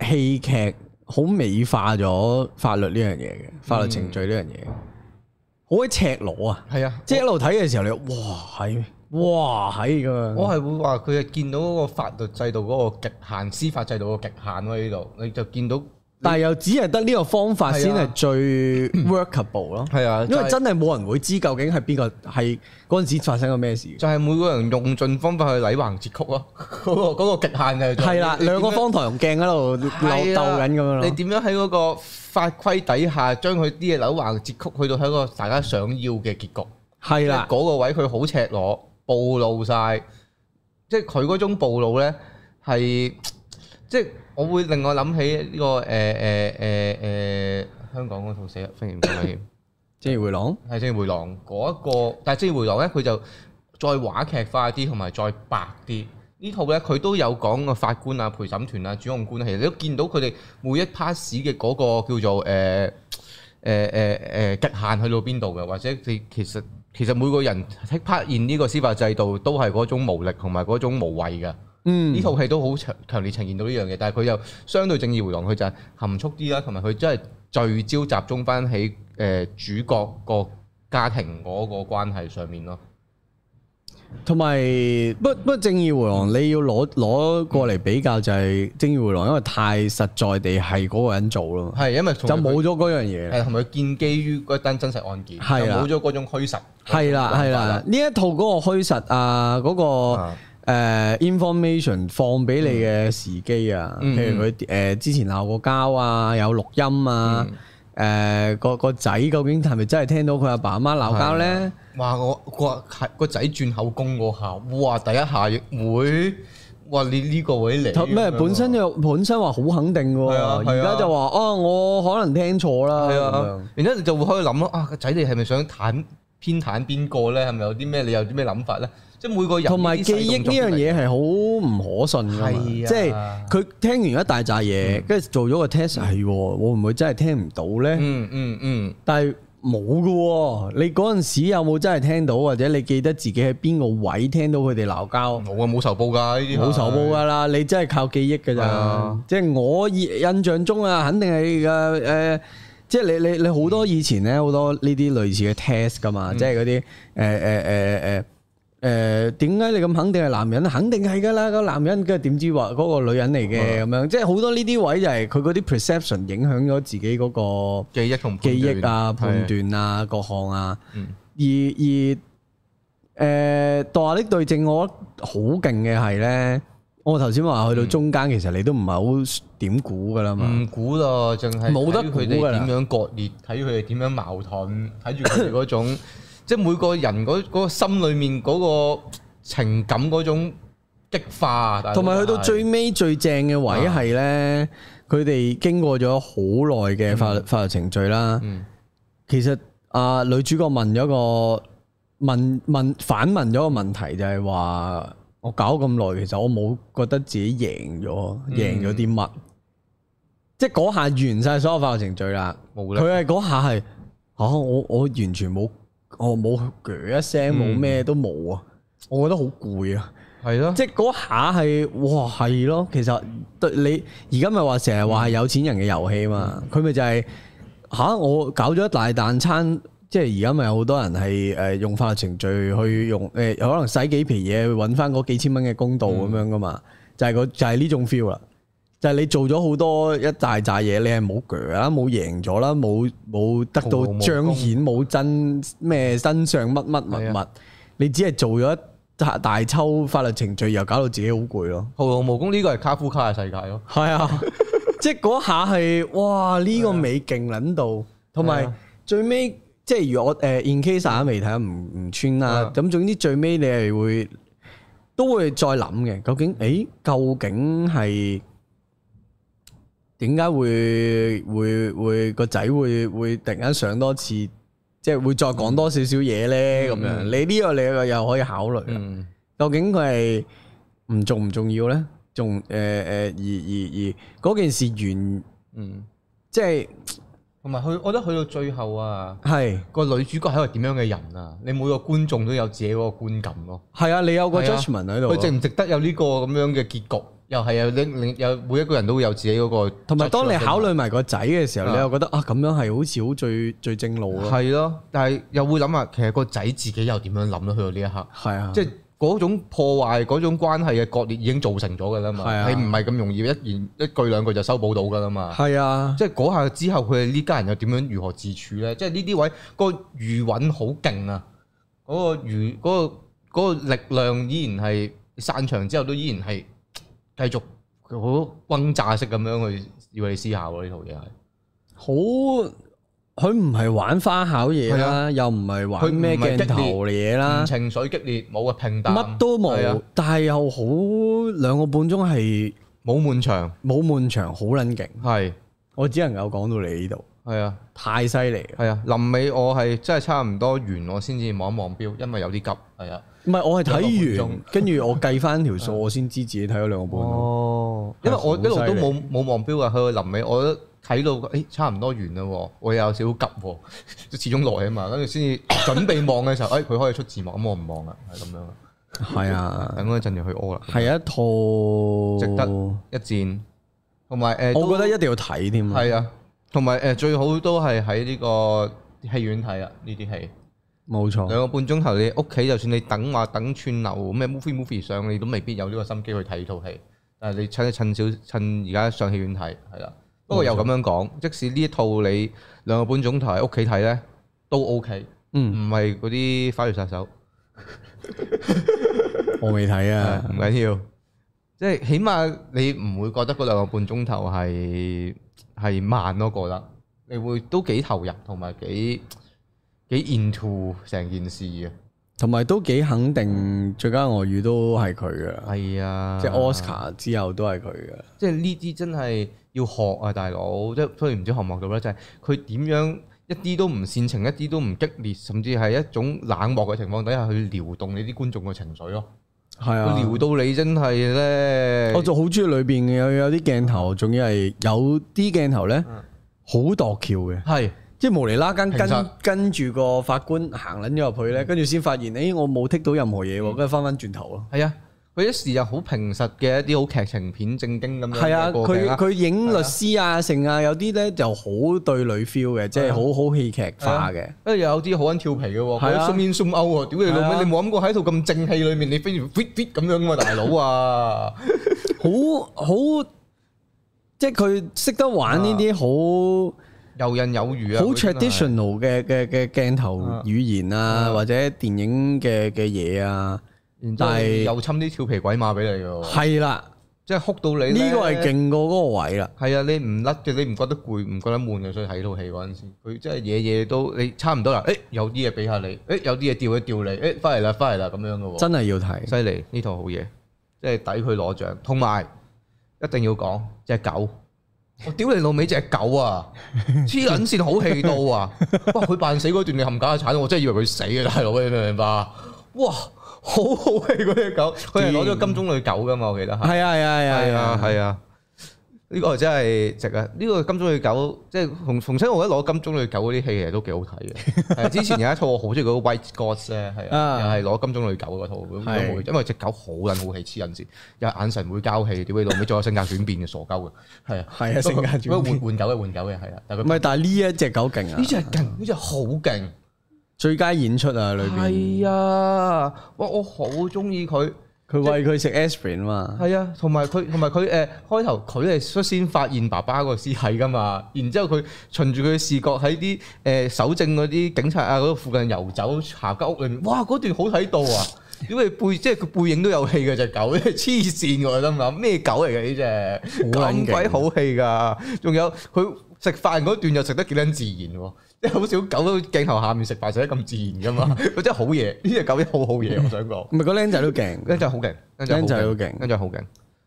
S2: 戲劇好美化咗法律呢樣嘢嘅，法律程序呢樣嘢，好鬼、赤裸啊！
S1: 係啊，
S2: 即係一路睇嘅時候，你哇係，哇係咁樣。
S1: 我係會話佢係見到嗰個法律制度嗰個極限，司法制度個極限喎呢度，你就見到
S2: 但係又只係得呢個方法先
S1: 係
S2: 係
S1: 啊 [COUGHS]
S2: 最 workable 咯。
S1: 係啊
S2: 因
S1: 就
S2: 為
S1: 係
S2: 真係冇人會知究竟係邊個係嗰陣時發生咗咩事。
S1: 就係每個人用盡方法去禮橫節曲咯，嗰個嗰個極限就係
S2: 嗯係啦，
S1: 你
S2: 兩個
S1: 點樣
S2: 方台用鏡喺度鬥
S1: 係
S2: 鬥
S1: 啦
S2: 緊咁樣
S1: 你
S2: 咯。
S1: 點樣喺嗰個法規底下將佢啲嘢扭橫折曲，去到喺個大家想要嘅結局？
S2: 係
S1: 即係
S2: 啦，
S1: 嗰個位佢好赤裸，暴露晒，即係佢嗰種暴露咧係，即係我會令我諗起呢、個誒誒誒誒香港嗰套死啦，飛檐走壁
S2: 正如回廊
S1: 係《正義回廊》嗰一個，但係《正義回廊》咧，佢就再話劇化啲，同埋再白啲。呢套咧，佢都有講個法官啊、陪審團啊、主控官啊，其實你都見到佢哋每一 pass 嘅嗰個叫做誒誒誒誒極限去到邊度嘅，或者你其實其實每個人 take part in 呢個司法制度都係嗰種無力同埋嗰種無謂嘅。
S2: 嗯
S1: 呢套戲都好強強烈呈現到呢樣嘢，但係佢又相對正義回廊，佢就係含蓄啲啦，同埋佢真係聚焦集中翻喺誒主角個家庭嗰個關係上面咯。
S2: 同埋不不正義回廊，你要攞攞過嚟比較就係正義回廊，因為太實在地係嗰個人做咯，
S1: 係因為就
S2: 就冇咗嗰樣嘢。
S1: 係同埋佢建基於嗰單真實案件，就
S2: 係啦
S1: 冇咗嗰種虛實。
S2: 係啦係啦，，呢一套嗰個虛實啊，嗰、個、
S1: 啊
S2: 誒 information 放俾你嘅時機啊，
S1: 嗯
S2: 譬如佢誒、之前鬧過交啊，有錄音啊，誒、
S1: 嗯
S2: 個個仔究竟係咪真係聽到佢阿爸阿媽鬧交咧？
S1: 哇！我個個仔轉口供嗰下，哇！第一下亦會，哇！你呢個位嚟
S2: 咩本身又本身話好肯定喎，
S1: 啊係啊係
S2: 而
S1: 啊
S2: 家就話哦，我可能聽錯啦
S1: 係
S2: 咁
S1: 啊
S2: 樣。，
S1: 然之後你就會開始諗咯，啊個仔你係咪想袒偏袒邊個咧？係咪有啲咩？你有啲咩諗法咧？即係每個人
S2: 同埋
S1: 呢啲
S2: 記
S1: 細動
S2: 憶
S1: 作
S2: 呢樣
S1: 都嚟
S2: 嘢係好唔可信㗎嘛，
S1: 係啊
S2: 即係佢聽完一大扎嘢，跟住做咗個 test 係喎，會唔會真係聽唔到咧？
S1: 嗯嗯嗯，
S2: 但係冇嘅喎，你嗰陣時有冇真係聽到，或者你記得自己喺邊個位聽到佢哋鬧交？
S1: 冇啊冇仇報㗎呢啲，
S2: 冇仇報啊㗎啦，你真係靠記憶㗎
S1: 係
S2: 咋
S1: 啊？
S2: 即係我印象中啊，肯定係嘅誒。即係你你你好多以前咧好多呢啲類似嘅 test 㗎嘛，即係嗰啲呃誒誒誒誒誒呃點解你咁肯定係男人？肯定係㗎啦，個男人跟住點知話嗰個女人嚟嘅咁樣，即係好多呢啲位就係佢嗰啲 perception 影響咗自己嗰、個。
S1: 記憶同判斷
S2: 記憶啊、判
S1: 係
S2: 斷啊、各項啊，
S1: 嗯
S2: 而呃而誒《墮下的對證》，我覺得好勁嘅係咧，我頭先話去
S1: 嗯
S2: 到中間，其實你都唔係好點估噶啦嘛，
S1: 啊唔估咯，淨係
S2: 啊冇得
S1: 睇佢哋
S2: 估㗎啦
S1: 點樣割裂，睇佢哋點樣矛盾，睇住佢哋嗰種， [LAUGHS] 即係每個人嗰嗰個心裏面嗰個情感嗰種激化，大佬
S2: 同埋去到最
S1: 係
S2: 尾最正嘅位係咧，佢哋經過咗好耐嘅法律法律程序啦，
S1: 嗯
S2: 其實啊女主角問咗個問問反問咗個問題就係話。我搞咁耐，其實我冇覺得自己贏咗，贏咗啲乜？即係嗰下完晒所有法律程序啦。
S1: 冇
S2: 佢
S1: 啦，
S2: 係嗰下係，啊我我完全冇，我冇鋸一聲，冇咩都冇啊！我覺得好攰啊！
S1: 係咯，
S2: 即係嗰下係，哇係咯，其實對你而家咪話成日話係有錢人嘅遊戲嘛，佢咪就係、吓、我搞咗一大啖餐，即係而家咪有好多人係誒用法律程序去用誒、可能洗幾皮嘢去揾翻嗰幾千蚊嘅公道咁樣噶嘛，就係、個就係呢種 feel 啦。就係你做咗好多一大扎嘢，你係冇鋸啦，冇贏咗啦，冇冇得
S1: 毫
S2: 到
S1: 無武功
S2: 彰顯，冇真咩真相乜乜物
S1: 係
S2: 物，你只係做咗一大大抽法律程序，又搞到自己好攰咯。
S1: 徒勞無功呢個係卡夫卡嘅世界咯。
S2: 係啊，即係嗰下係哇呢、個美勁撚到，
S1: 係
S2: 同埋
S1: 啊
S2: 最尾即係如果誒、呃 in case 大家未睇唔唔穿啦，咁總之最尾你係會都會再諗嘅，究竟誒、欸究竟係點解會會會個仔會會突然間上多次，即係會再講多少少嘢咧咁樣？
S1: 嗯
S2: 你呢個你又可以考慮啦。
S1: 嗯，
S2: 究竟佢係唔重唔重要咧？重誒誒、呃而而而嗰件事完，
S1: 嗯，
S2: 即係
S1: 同埋佢，我覺得去到最後啊，
S2: 係
S1: 個女主角係一個點樣嘅人啊？你每個觀眾都有自己嗰個觀感咯。
S2: 係啊！你有個
S1: 係啊
S2: judgment 喺
S1: 佢值
S2: 度，
S1: 唔值得有呢個咁樣嘅結局？又係有另另有每一個人都會有自己嗰個。
S2: 同埋當你考慮埋個仔嘅時候，
S1: 啊
S2: 你又覺得啊咁樣係好似好最最正路啊咯，
S1: 係咯，但係又會諗下，其實個仔自己又點樣諗咧？去到呢一刻，
S2: 係啊，
S1: 即係嗰種破壞、嗰種關係嘅割裂已經造成咗㗎啦嘛。
S2: 係啊
S1: 你唔係咁容易一言一句兩句就修補到㗎啦嘛。
S2: 係啊，
S1: 即係嗰下之後，佢哋呢家人又點樣如何自處咧？即係呢啲位個餘韻好勁啊！嗰、個餘嗰、個嗰個力量依然係散場之後都依然係繼續好轟炸式咁樣去要你思考啊咯。呢套嘢係
S2: 好佢唔係玩花巧嘢
S1: 係啊
S2: 啦，又唔係玩
S1: 佢
S2: 咩
S1: 唔係
S2: 鏡頭嘢啦
S1: 唔，情緒激烈，冇啊平淡，
S2: 啊乜都
S1: 係啊
S2: 冇，但係又好兩個半鐘係
S1: 冇滿場，
S2: 冇悶場，好撚勁。
S1: 係
S2: 我只能夠講到你呢度，
S1: 係啊
S2: 太犀利啦
S1: 係啊！臨尾我係真係差唔多完，我先至望一望表，因為有啲急係啊。
S2: 唔係，我係睇
S1: 兩個半
S2: 完，跟住我計翻條數，我先知自己睇咗兩個半咯。
S1: 哦，因為我一路都冇冇望表啊，去到臨尾我都睇到，誒、哎差唔多完啦喎，我有少少急喎， [LAUGHS] 哎始終耐啊嘛，跟住先至準備望嘅時候，誒、佢可以出字幕，咁我唔望啦，係咁樣啊。
S2: 係啊，
S1: 等嗰陣就去屙啦。
S2: 係一套
S1: 值得一戰，同埋誒，
S2: 我覺得一定要睇添啊。
S1: 係啊，同埋誒最好都係喺呢個戲院睇啊，呢啲戲。
S2: 冇錯，
S1: 兩個半鐘頭，你屋企就算你等話等串流咩 movie movie 上，你都未必有呢個心機去睇套戲。但係你趁趁少趁而家上戲院睇係啦。不過又咁樣講，即使呢一套你兩個半鐘頭喺屋企睇咧，都 OK。
S2: 嗯，
S1: 唔係嗰啲花月殺手，
S2: 我未睇
S1: 係
S2: 啊
S1: 唔，緊要。即係起碼你唔會覺得嗰兩個半鐘頭係係慢咯，覺得你會都幾投入同埋幾幾 into 成件事嘅。
S2: 同埋都幾肯定最佳外語都係佢噶，
S1: 係啊，
S2: 即係 Oscar 之後都係佢噶。
S1: 即係呢啲真係要學啊，大佬！即係雖然唔知學唔學到啦，就係佢點樣一啲都唔煽情，一啲都唔激烈，甚至係一種冷漠嘅情況底下去撩動你啲觀眾嘅情緒咯。
S2: 係
S1: 佢
S2: 啊，
S1: 撩到你真係咧，
S2: 我就好中意裏邊嘅有有啲鏡頭，仲要係有啲鏡頭咧
S1: 嗯
S2: 好度橋嘅。
S1: 係啊
S2: 即係無厘啦更
S1: 平
S2: 跟
S1: 實
S2: 跟住個法官行撚咗入去
S1: 嗯
S2: 咧，跟住先發現，誒我冇剔到任何嘢喎，跟住翻翻轉頭咯。
S1: 係啊！佢一時又好平實嘅一啲好劇情片正經咁樣
S2: 係啊，
S1: 嘅過
S2: 佢
S1: 鏡啦
S2: 佢影律師啊、成啊，有啲咧就好對女 feel
S1: 啊
S2: 嘅，即係好好戲劇化嘅。
S1: 跟住有啲好撚調皮嘅喎，佢
S2: 係啊
S1: zoom in zoom out 喎，屌你老
S2: 係啊
S1: 味！你冇諗過喺套咁正氣裏面，你非然 fit fit 咁樣㗎嘛，大佬
S2: [LAUGHS]
S1: 啊！
S2: 好好，即係佢識得玩呢
S1: 啊
S2: 啲
S1: 游刃有餘
S2: 好
S1: 啊！
S2: 好
S1: 佢真係
S2: traditional 嘅嘅嘅鏡頭
S1: 啊
S2: 語言啊，
S1: 啊
S2: 或者電影嘅嘅嘢啊，
S1: 然之後
S2: 但係
S1: 又侵啲調皮鬼馬俾你嘅喎，
S2: 係啦，
S1: 即係哭到哦你
S2: 呢
S1: 咧
S2: 個係。勁過嗰個位啦。
S1: 係啊，你唔甩嘅，你唔覺得攰，唔覺得悶嘅，所以睇套戲嗰陣時，佢真係夜夜都你差唔多啦。誒、有啲嘢俾下你，誒、有啲嘢吊一吊你，誒翻嚟啦，翻嚟啦咁樣嘅喎，
S2: 真係要睇，
S1: 犀利呢套好嘢，即係抵佢攞獎。同埋一定要講只狗，我屌你老味只狗啊！黐撚線好氣到啊！ [LAUGHS] 哇，佢扮死嗰段你冚家產，我真係以為佢死嘅大佬，你明唔明白？哇，好好氣嗰只狗，佢係攞咗金鐘女狗噶嘛，我記得係。
S2: 係啊係啊係
S1: 係
S2: 啊
S1: 啊，係啊，呢個真係值啊！呢個金鐘女狗，即係逢逢親我覺得攞金鐘女狗嗰啲戲其實都幾好睇 [LAUGHS] 嘅。係之前有一套我好中意嗰個 White Gods 咧，係啊，
S2: 啊
S1: 又係攞金鐘女狗嗰套，咁
S2: 係
S1: 都冇因為隻狗好撚好氣，黐撚線，又係眼神會交氣，屌你老味，仲有性格轉變嘅傻鳩嘅，係 [LAUGHS] 啊，
S2: 係啊，性格
S1: 不過
S2: 轉變
S1: 換。換狗嘅換狗嘅係啊，但係
S2: 唔
S1: 佢
S2: 係，但係呢一隻狗勁啊
S1: 呢！只係勁，呢只好勁。
S2: 最佳演出啊，裏邊
S1: 係啊，哇！我好中意佢。
S2: 佢喂佢食 aspirin 嘛，
S1: 係啊，同埋佢同埋佢誒開頭佢係率先發現爸爸個屍體噶嘛，然之後佢循住佢嘅視覺喺啲誒搜證嗰啲警察啊嗰度附近遊走下間屋裏面，哇！嗰段好睇到啊！因為背即係佢背影都有戲嘅只狗， [LAUGHS] 黐線我諗下咩狗嚟嘅呢只，
S2: 好撚勁
S1: 咁鬼好戲㗎！仲有佢食飯嗰段又食得幾撚自然喎，即係好少狗喺鏡頭下面食飯食得咁自然㗎
S2: [LAUGHS]
S1: 嘛，佢真係好嘢，呢只狗真係好好嘢，我想講。
S2: 唔係個僆仔都勁，
S1: 僆仔好勁，
S2: 僆仔好
S1: 好
S2: 勁
S1: 僆仔好勁。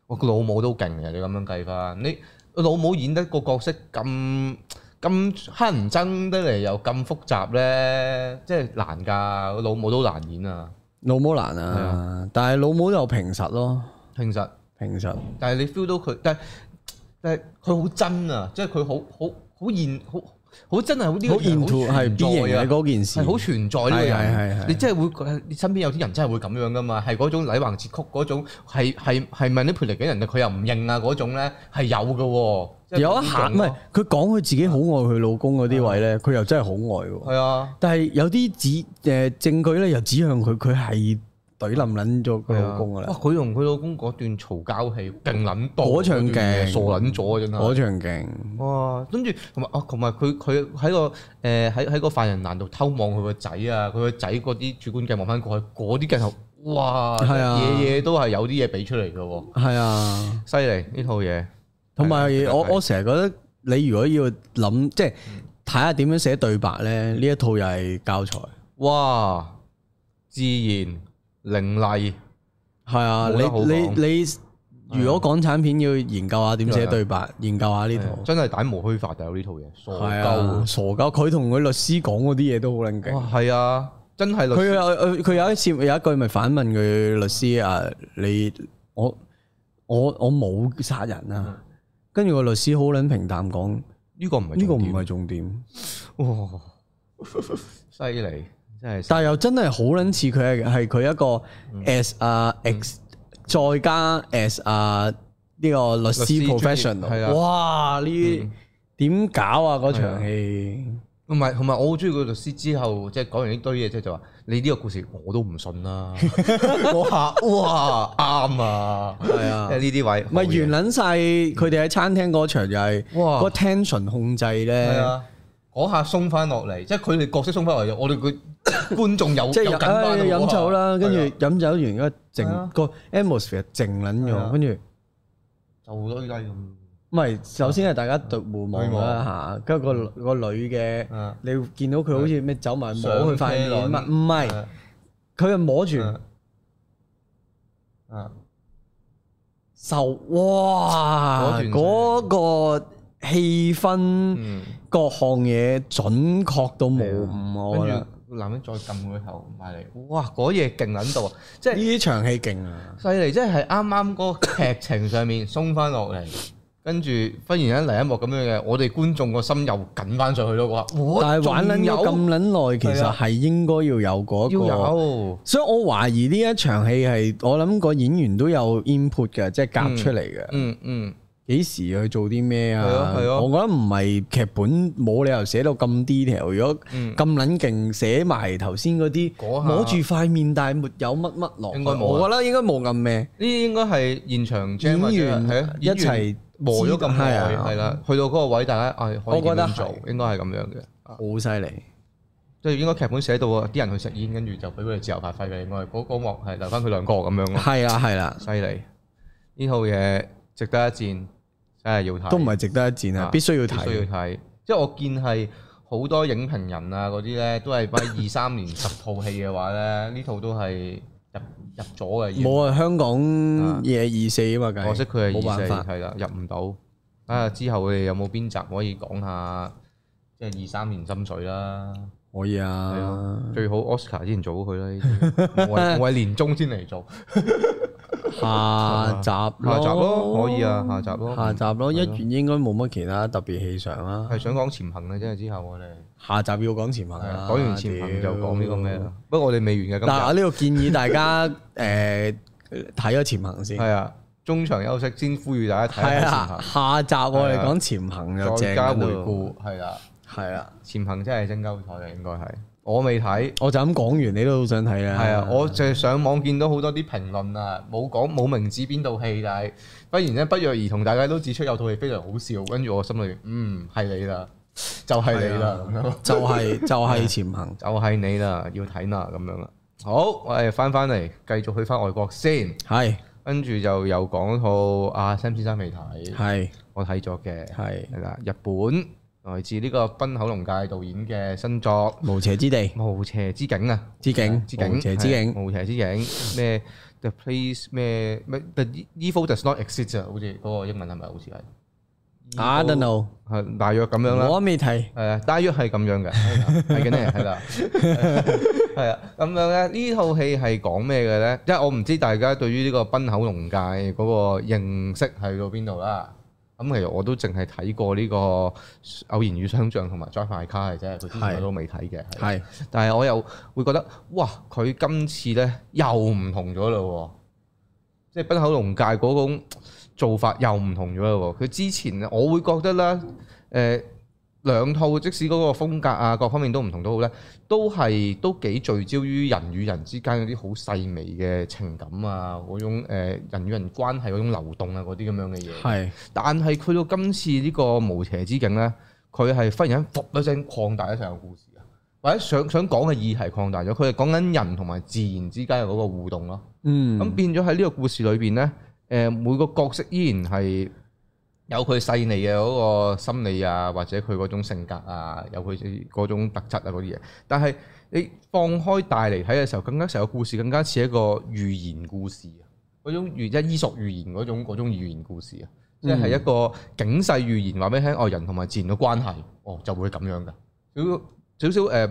S1: 我個老母都勁嘅，你咁樣計翻，你老母演得個角色咁咁黑人憎得嚟又咁複雜咧，即係難㗎。個老母都難演啊，
S2: 老母難
S1: 係
S2: 啊，但係老母又平實咯，
S1: 聽實。
S2: 平實
S1: 但係你 feel 到佢，但係但係佢好真啊，即係佢好好好現好好真係好呢個
S2: 好 into
S1: 人好存
S2: 係
S1: 在
S2: B 型
S1: 啊
S2: 嘅嗰件事
S1: 係，好存在呢個
S2: 係係係係
S1: 人，你真係會覺得你身邊有啲人真係會咁樣噶嘛？係嗰種禮橫節曲嗰種，係係係問啲陪嚟嘅人，佢又唔認啊嗰種咧，係有嘅喎。即係
S2: 有一
S1: 嗰
S2: 下
S1: 種
S2: 唔係佢講佢自己好愛佢老公嗰啲位咧，佢又真係好愛喎。
S1: 係啊，
S2: 但係有啲指誒證據咧又指向佢，佢係懟冧撚咗佢老公噶
S1: 啊哇！
S2: 啦，
S1: 佢同佢老公嗰段嘈交戲勁撚多，啊
S2: 嗰場
S1: 嗰段嘢
S2: 勁
S1: 傻撚咗啊真係。
S2: 嗰場勁
S1: 哇！跟住同埋哦，同埋佢佢喺個誒喺喺個犯人欄度偷望佢個仔啊，佢個仔嗰啲主觀鏡望翻過去，嗰啲鏡頭哇，
S2: 係啊
S1: 夜夜都係有啲嘢俾出嚟嘅喎，
S2: 係啊。
S1: 犀利呢套嘢。
S2: 同埋
S1: 係啊
S2: 我
S1: 係嗯
S2: 我成日覺得你如果要諗，即係睇下點樣寫對白咧，呢一套又係教材。
S1: 哇！自然凌厲，
S2: 係啊，
S1: 冇得好
S2: 你
S1: 講啊
S2: 你你，如果港產片要研究下點寫對白，研究下呢套
S1: 真係膽無虛發，就有呢套嘢，嗯傻
S2: 係
S1: 鳩
S2: 啊，傻鳩！佢同佢律師講嗰啲嘢都好撚
S1: 喎。哇
S2: 勁。，
S1: 係啊，真係律
S2: 佢
S1: 師
S2: 有呃佢佢有一次有一句咪反問佢律師啊，你我我我冇殺人
S1: 嗯
S2: 啊，跟住個律師好撚平淡講，呢
S1: 呢個唔係
S2: 個
S1: 重
S2: 唔
S1: 點
S2: 係重點。
S1: 哇，犀利，真真係
S2: 但係又真係好撚似佢係係佢一個 as 啊 ex 再加 as 啊呢個律師
S1: 律師專業係啦
S2: professional，哇！呢啲點搞啊？嗰場戲
S1: 同埋同埋我好中意個律師之後，即係講完呢堆嘢之後就話：你呢個故事我都唔信啦。
S2: [LAUGHS]
S1: 我下哇啱啊！
S2: 係啊
S1: 即係呢啲位
S2: 咪完撚晒佢哋喺餐廳嗰場就係
S1: 哇
S2: 個 tension 控制
S1: 係
S2: 咧，
S1: 啊！嗰下鬆翻落嚟，即係佢哋角色鬆翻落嚟，我哋個 [COUGHS] 觀眾有
S2: 即係
S1: 有緊翻
S2: 唉
S1: 啊
S2: 飲酒啦，跟住
S1: 係啊
S2: 飲酒完嗰
S1: 係啊
S2: 靜個 atmosphere 靜撚
S1: 係啊
S2: 咗，跟住。
S1: 就攞低咁。
S2: 唔係，首先係大家對互望
S1: 互望
S2: 啦嚇，跟住個個女嘅
S1: 啊，
S2: 你會見到佢好似咩走埋摸佢塊
S1: 上
S2: 面，
S1: 車輪
S2: 唔係唔係，
S1: 啊
S2: 佢係摸住
S1: 啊啊！
S2: 受，哇！
S1: 嗰段
S2: 嗰個氣氛
S1: 嗯，
S2: 各項嘢準確到無
S1: 係啊
S2: 誤，我覺
S1: 跟
S2: 得
S1: 住個男人再撳佢個頭埋嚟，哇！嗰嘢勁撚到啊！即係
S2: 呢場戲勁啊！
S1: 犀利，即係啱啱嗰個劇情上面鬆翻落嚟，跟住忽然間嚟一幕咁樣嘅，我哋觀眾個心又緊翻上去咯，哇！
S2: 但係玩撚
S1: 有
S2: 咗咁撚耐，其
S1: 係
S2: 實
S1: 啊
S2: 係應該要有嗰
S1: 要
S2: 個。
S1: 有，
S2: 所以我懷疑呢一場戲係我諗個演員都有 input 嘅，即係夾出嚟嘅。
S1: 嗯嗯，
S2: 幾時去做啲咩
S1: 係啊
S2: 啊？
S1: 係啊
S2: 我覺得唔係劇本冇理由寫到咁 detail。如果
S1: 嗯
S2: 咁撚勁寫埋頭先嗰啲
S1: 嗰下
S2: 摸住塊面，但係沒有乜乜落去。
S1: 應該冇啊
S2: 我覺得應該冇咁咩。
S1: 呢啲應該係現場 jam 或
S2: 演
S1: 者
S2: 員
S1: 係啊
S2: 一
S1: 演員
S2: 齊
S1: 磨咗咁耐，
S2: 知係啊
S1: 係啦，去到嗰個位，大家啊可
S2: 我
S1: 以
S2: 覺
S1: 點
S2: 得
S1: 樣做，應該係咁樣嘅。啊
S2: 好犀利。
S1: 即係應該劇本寫到啊，啲人去食煙，跟住就俾佢哋自由發揮嘅。應該嗰嗰幕係留翻佢兩個咁樣
S2: [LAUGHS]
S1: 咯，
S2: 係啦係啦，
S1: 犀利！呢套嘢值得一戰，真係要睇。
S2: 都唔係值得一戰啊
S1: 啊，
S2: 必須要
S1: 必須要
S2: 睇。
S1: 睇。即係我見係好多影評人啊嗰啲咧，都係咪二三年十套戲嘅話咧，呢套都係入入咗嘅。已經
S2: 冇啊，香港
S1: 啊
S2: 嘢二四啊嘛，梗係
S1: 可惜佢係
S2: 冇
S1: 二四
S2: 辦法。
S1: 係啦，入唔到。啊，之後我哋有冇邊集可以講下？即係二三年心水啦，
S2: [LAUGHS] 可以
S1: 係
S2: 啊
S1: 啊，，最好 Oscar 之前做好佢啦。呢啲我係我係年中先嚟做，
S2: 下集
S1: 下集咯，可以啊，下集咯。
S2: 下集啊咯，一
S1: 係咯
S2: 月應該冇乜其他特別戲上啦。
S1: 係想講潛行嘅，即係之後我哋
S2: 下集要講前文
S1: 係
S2: 啦
S1: 啊，講完潛行就講呢個咩
S2: 屌
S1: 啦。不過我哋未完嘅今
S2: 嗱，
S1: 集
S2: 我。呢度建議
S1: [LAUGHS]
S2: 大家誒睇咗潛行先，
S1: 係啊，中場休息先呼籲大家睇
S2: 係
S1: 下
S2: 啊，下集我哋講潛行
S1: 潛行，啊
S2: 就
S1: 再
S2: 啊正
S1: 加
S2: 啦
S1: 回，顧係啊啦，
S2: 係啊，
S1: 潛行真係真鳩彩啊嘅應該係，我未睇。
S2: 我就咁講完，你都好想睇啦，
S1: 係啊，我就係上網見到好多啲評論啊，冇講冇明指邊套戲，但係忽然咧不約而同，大家都指出有套戲非常好笑，跟住我心裏邊嗯係你啦，就係你啦
S2: 啊
S1: 咁樣，啊
S2: 就
S1: [LAUGHS]
S2: 係就係潛行，
S1: 就係你啦，要睇啦咁樣啦。好，我哋翻翻嚟繼續去翻外國先，
S2: 係
S1: 跟住就又講套阿 Sam 先生未睇，
S2: 係
S1: 我睇咗嘅。
S2: 係
S1: 係啦，日本來自呢個濱口龍介導演嘅新作
S2: 無邪之地
S1: 《無邪之境》啊，
S2: 之境，
S1: 之境，
S2: 無邪之境
S1: 係無邪之境咩？The place 咩咩？The evil does not exist 啊，好似嗰個英文係咪好似係
S2: ，I don't know，
S1: 係大約咁樣啦。
S2: 我未睇，
S1: 係啊，大約係咁樣嘅，係嘅咧，係啦，係啊，咁樣咧，呢套戲係講咩嘅咧？因為我唔知大家對於呢個濱口龍介嗰個認識係到邊度啦。咁其實我都淨係睇過呢個《偶然與想像》同埋《Drive My Car》嘅啫，佢之前我都未睇嘅。係
S2: 係
S1: 但係我又會覺得，哇！佢今次咧又唔同咗嘞喎，即係濱口龍介嗰種做法又唔同咗嘞喎。佢之前呢我會覺得咧，誒、兩套即使嗰個風格啊各方面都唔同都好咧，都係都幾聚焦於人與人之間嗰啲好細微嘅情感啊，嗰種、呃、人與人關係嗰種流動啊嗰啲咁樣嘅嘢。
S2: 係
S1: 但係去到今次呢個無邪之境呢，佢係忽然間噗一聲擴大咗成個故事啊，或者想想講嘅議題擴大咗，佢係講緊人同埋自然之間嘅嗰個互動咯。咁、
S2: 嗯
S1: 變咗喺呢個故事裏邊呢，誒每個角色依然係有佢細膩嘅嗰個心理啊，或者佢嗰種性格啊，有佢嗰種特質啊嗰啲嘢。但係你放開大嚟睇嘅時候，更加成個故事更加似一個寓言故事啊，嗰種寓即係伊索寓言嗰種嗰種寓言故事啊，即係一個警世寓言話俾你聽，哦人同埋自然嘅關係，哦就會咁樣噶，少少少誒、呃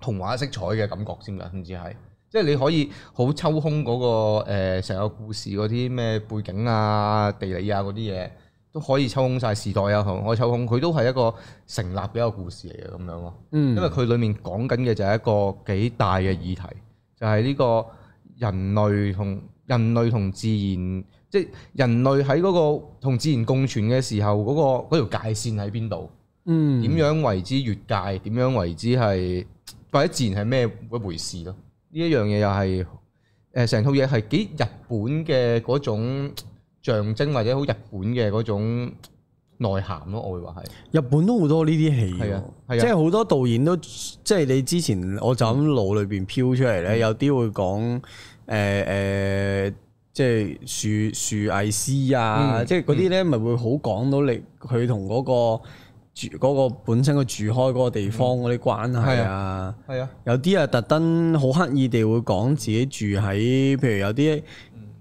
S1: 童話色彩嘅感覺先㗎，甚至係。即係你可以好抽呃空嗰、個誒成、個故事嗰啲咩背景啊、地理啊嗰啲嘢，都可以抽空晒時代啊，同我抽空佢都係一個成立嘅一個故事嚟嘅咁樣咯。
S2: 嗯，
S1: 因為佢裡面講緊嘅就係一個幾大嘅議題，就係、呢個人類同人類同自然，即係人類喺嗰個同自然共存嘅時候，嗰、個嗰條界線喺邊度？
S2: 嗯
S1: 點樣為之越界？點樣為之係或者自然係咩一回事咯？呢一樣嘢又係誒成套嘢係幾日本嘅嗰種象徵，或者好日本嘅嗰種內涵咯，我會話係。
S2: 日本都好多呢啲戲
S1: 係啊
S2: 喎，
S1: 係啊
S2: 即係好多導演都即係你之前我就咁腦裏邊飄出嚟咧，
S1: 嗯
S2: 有啲會講誒誒，即係樹樹藝師啊，
S1: 嗯
S2: 即係嗰啲咧咪會好講到你佢同嗰個住嗰、個本身佢住開嗰個地方嗰啲關係
S1: 嗯係
S2: 啊。
S1: 係啊，
S2: 有啲啊，特登好刻意地會講自己住喺，譬如有啲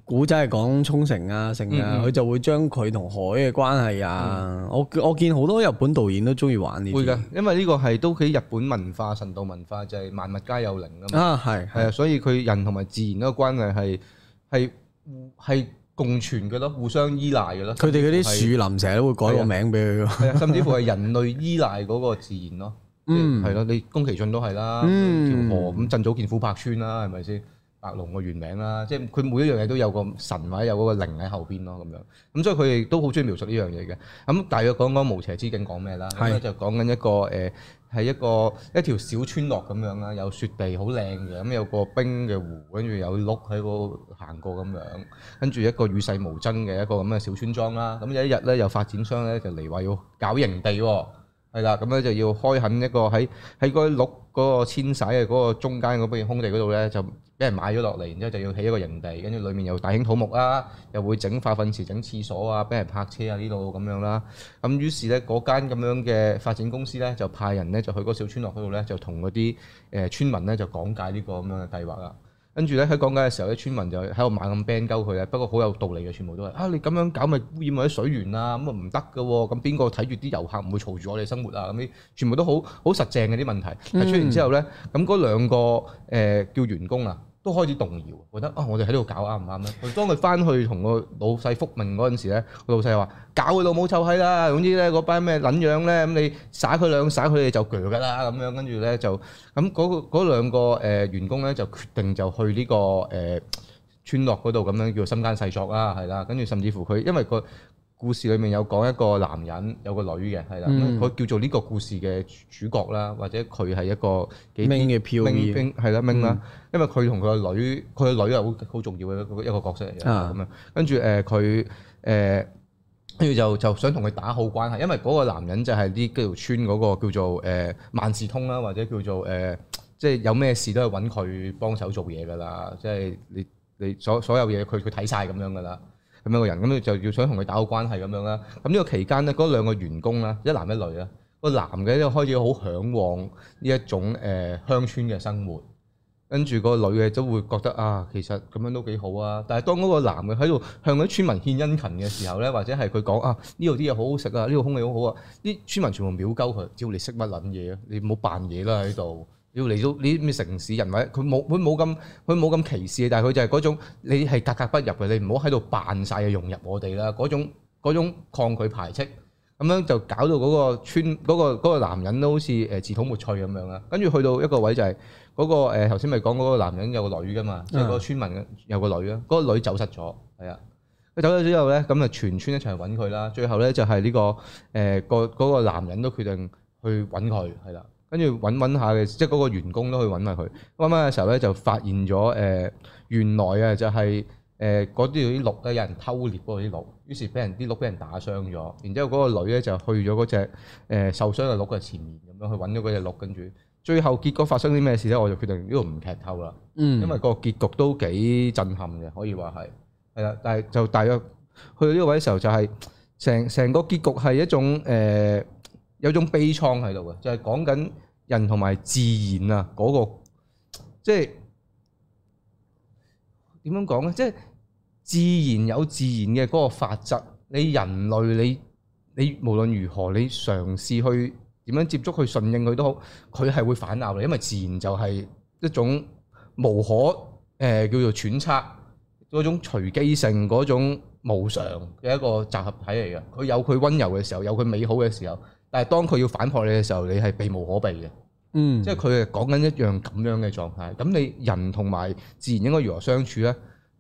S2: 古仔係講沖繩啊、成啊，
S1: 嗯嗯嗯嗯
S2: 佢就會將佢同海嘅關係啊。我我見好多日本導演都中意玩呢啲。
S1: 會㗎，因為呢個係都幾日本文化、神道文化，就係、萬物皆有靈㗎嘛。
S2: 啊，係
S1: 係啊，所以佢人同埋自然嗰個關係係係互係共存嘅咯，互相依賴嘅咯。
S2: 佢哋嗰
S1: 係
S2: 啲樹林成日都會改個名俾佢㗎。
S1: 係啊，甚至乎係人類依賴嗰個自然咯。
S2: 嗯
S1: 係咯，你宮崎駿都係啦，
S2: 嗯
S1: 條河咁振早見虎柏村啦，係咪先？白龍個原名啦，即係佢每一樣嘢都有個神或者有嗰個靈喺後邊咯，咁樣。咁所以佢哋都好中意描述呢樣嘢嘅。咁大約講講無邪之境講咩啦？咁
S2: 係
S1: 咧就講緊一個誒，係、一個一條小村落咁樣啦，有雪地好靚嘅，咁有個冰嘅湖，跟住有鹿喺嗰度行過咁樣，跟住一個與世無爭嘅一個咁嘅小村莊啦。咁有一日咧，有發展商咧就嚟話要搞營地喎。係啦，咁咧就要開墾一個喺喺嗰啲鹿嗰個遷徙嘅嗰個中間嗰邊空地嗰度咧，就俾人買咗落嚟，然之後就要起一個營地，跟住裡面又大興土木啦，又會整化糞池、整廁所啊，俾人泊車啊呢度咁樣啦。咁於是咧，嗰間咁樣嘅發展公司咧，就派人咧就去嗰個小村落嗰度咧，就同嗰啲誒村民咧就講解呢個咁樣嘅計劃啦。跟住咧喺講解嘅時候咧，村民就喺度猛咁 ban 鳩佢啊。不過好有道理嘅，全部都係啊！你咁樣搞咪污染或者水源啊，咁啊唔得嘅喎。咁邊個睇住啲遊客唔會嘈住我哋生活啊？咁啲全部都好好實正嘅啲問題。提出完之後咧，咁嗰兩個誒、呃叫員工啊，都開始動搖，覺得啊我哋喺度搞啱唔啱咧？佢當佢翻去同個老細復命嗰陣時咧，個老細話：搞佢老母臭閪啦！總之咧嗰班咩撚樣咧，咁你耍佢兩耍佢哋就鋸㗎啦咁樣，跟住咧就。咁嗰個嗰兩個誒員工咧就決定就去呢、個誒、村落嗰度咁樣叫深耕細作啦，係啦，跟住甚至乎佢因為個故事裏面有講一個男人有個女嘅，係啦，咁
S2: 嗯
S1: 佢、叫做呢個故事嘅主角啦，或者佢係一個幾
S2: 明嘅 E POE
S1: 明係啦明啦，因為佢同佢個女，佢個女係好好重要嘅一個一個角色嚟嘅
S2: 啊
S1: 咁樣，跟住誒佢誒。呃跟住就就想同佢打好關係，因為嗰個男人就係呢條村嗰個叫做誒、呃萬事通啦，或者叫做誒、呃即係有咩事都係揾佢幫手做嘢㗎啦，即係你你所所有嘢佢佢睇晒咁樣㗎啦，咁樣個人咁你就要想同佢打好關係咁樣啦。咁呢個期間咧，嗰兩個員工啦，一男一女啦，個男嘅咧開始好向往呢一種誒、呃鄉村嘅生活。跟住個女嘅都會覺得啊，其實咁樣都幾好啊。但係當嗰個男嘅喺度向嗰啲村民獻殷勤嘅時候咧，或者係佢講啊呢度啲嘢好好食啊，呢度空氣好好啊，啲村民全部秒鳩佢，屌你識乜撚嘢啊？你唔好扮嘢啦喺度。要嚟到呢啲咩城市人或者佢冇佢冇咁佢冇咁歧視，但係佢就係嗰種你係格格不入嘅，你唔好喺度扮晒嘅融入我哋啦，嗰種嗰種抗拒排斥。咁樣就搞到嗰個村嗰、個嗰個男人都好似誒自討沒趣咁樣啦。跟住去到一個位就係、嗰、個呃誒頭先咪講嗰個男人有個女噶嘛，即係嗰個村民有個女啊，嗰、個女走失咗，係啊。佢走咗之後咧，咁啊全村一齊揾佢啦。最後咧就係呢、個誒、個嗰個男人都決定去揾佢，係啦。跟住揾揾下嘅，即係嗰個員工都去揾埋佢。揾揾嘅時候咧就發現咗誒、原來啊就係、誒嗰啲啲鹿咧，有人偷獵嗰啲鹿，於是俾人啲鹿俾人打傷咗，然之後嗰個女咧就去咗嗰隻誒受傷嘅鹿嘅前面咁樣去揾咗嗰隻鹿，跟住最後結果發生啲咩事咧，我就決定呢度唔劇透啦，
S2: 嗯，
S1: 因為個結局都幾震撼嘅，可以話係係啦，但係就大約去到呢個位嘅時候就係、成成個結局係一種誒、呃有種悲愴喺度嘅，就係講緊人同埋自然啊嗰、個即係點樣講咧？即係自然有自然嘅嗰個法則，你人類你你無論如何，你嘗試去點樣接觸去順應佢都好，佢係會反咬你，因為自然就係一種無可誒、呃叫做揣測嗰種隨機性嗰種無常嘅一個集合體嚟嘅。佢有佢温柔嘅時候，有佢美好嘅時候，但係當佢要反撲你嘅時候，你係避無可避嘅。
S2: 嗯，
S1: 即係佢係講緊一樣咁樣嘅狀態。咁你人同埋自然應該如何相處咧？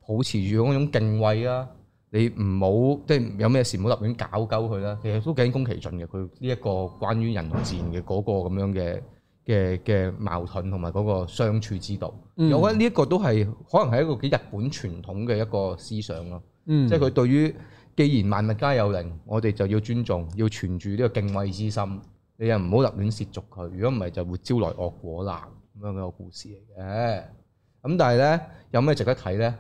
S1: 保持住嗰種敬畏啦，你唔好即係有咩事唔好立亂搞鳩佢啦。其實都幾宮崎駿嘅，佢呢一個關於人同自然嘅嗰個咁樣嘅嘅嘅矛盾同埋嗰個相處之道。
S2: 嗯
S1: 我覺得呢一個都係可能係一個幾日本傳統嘅一個思想咯。
S2: 嗯
S1: 即係佢對於既然萬物皆有靈，我哋就要尊重，要存住呢個敬畏之心。你又唔好立亂涉足佢，如果唔係就會招來惡果難咁樣嘅一個故事嚟嘅。咁但係咧，有咩值得睇咧？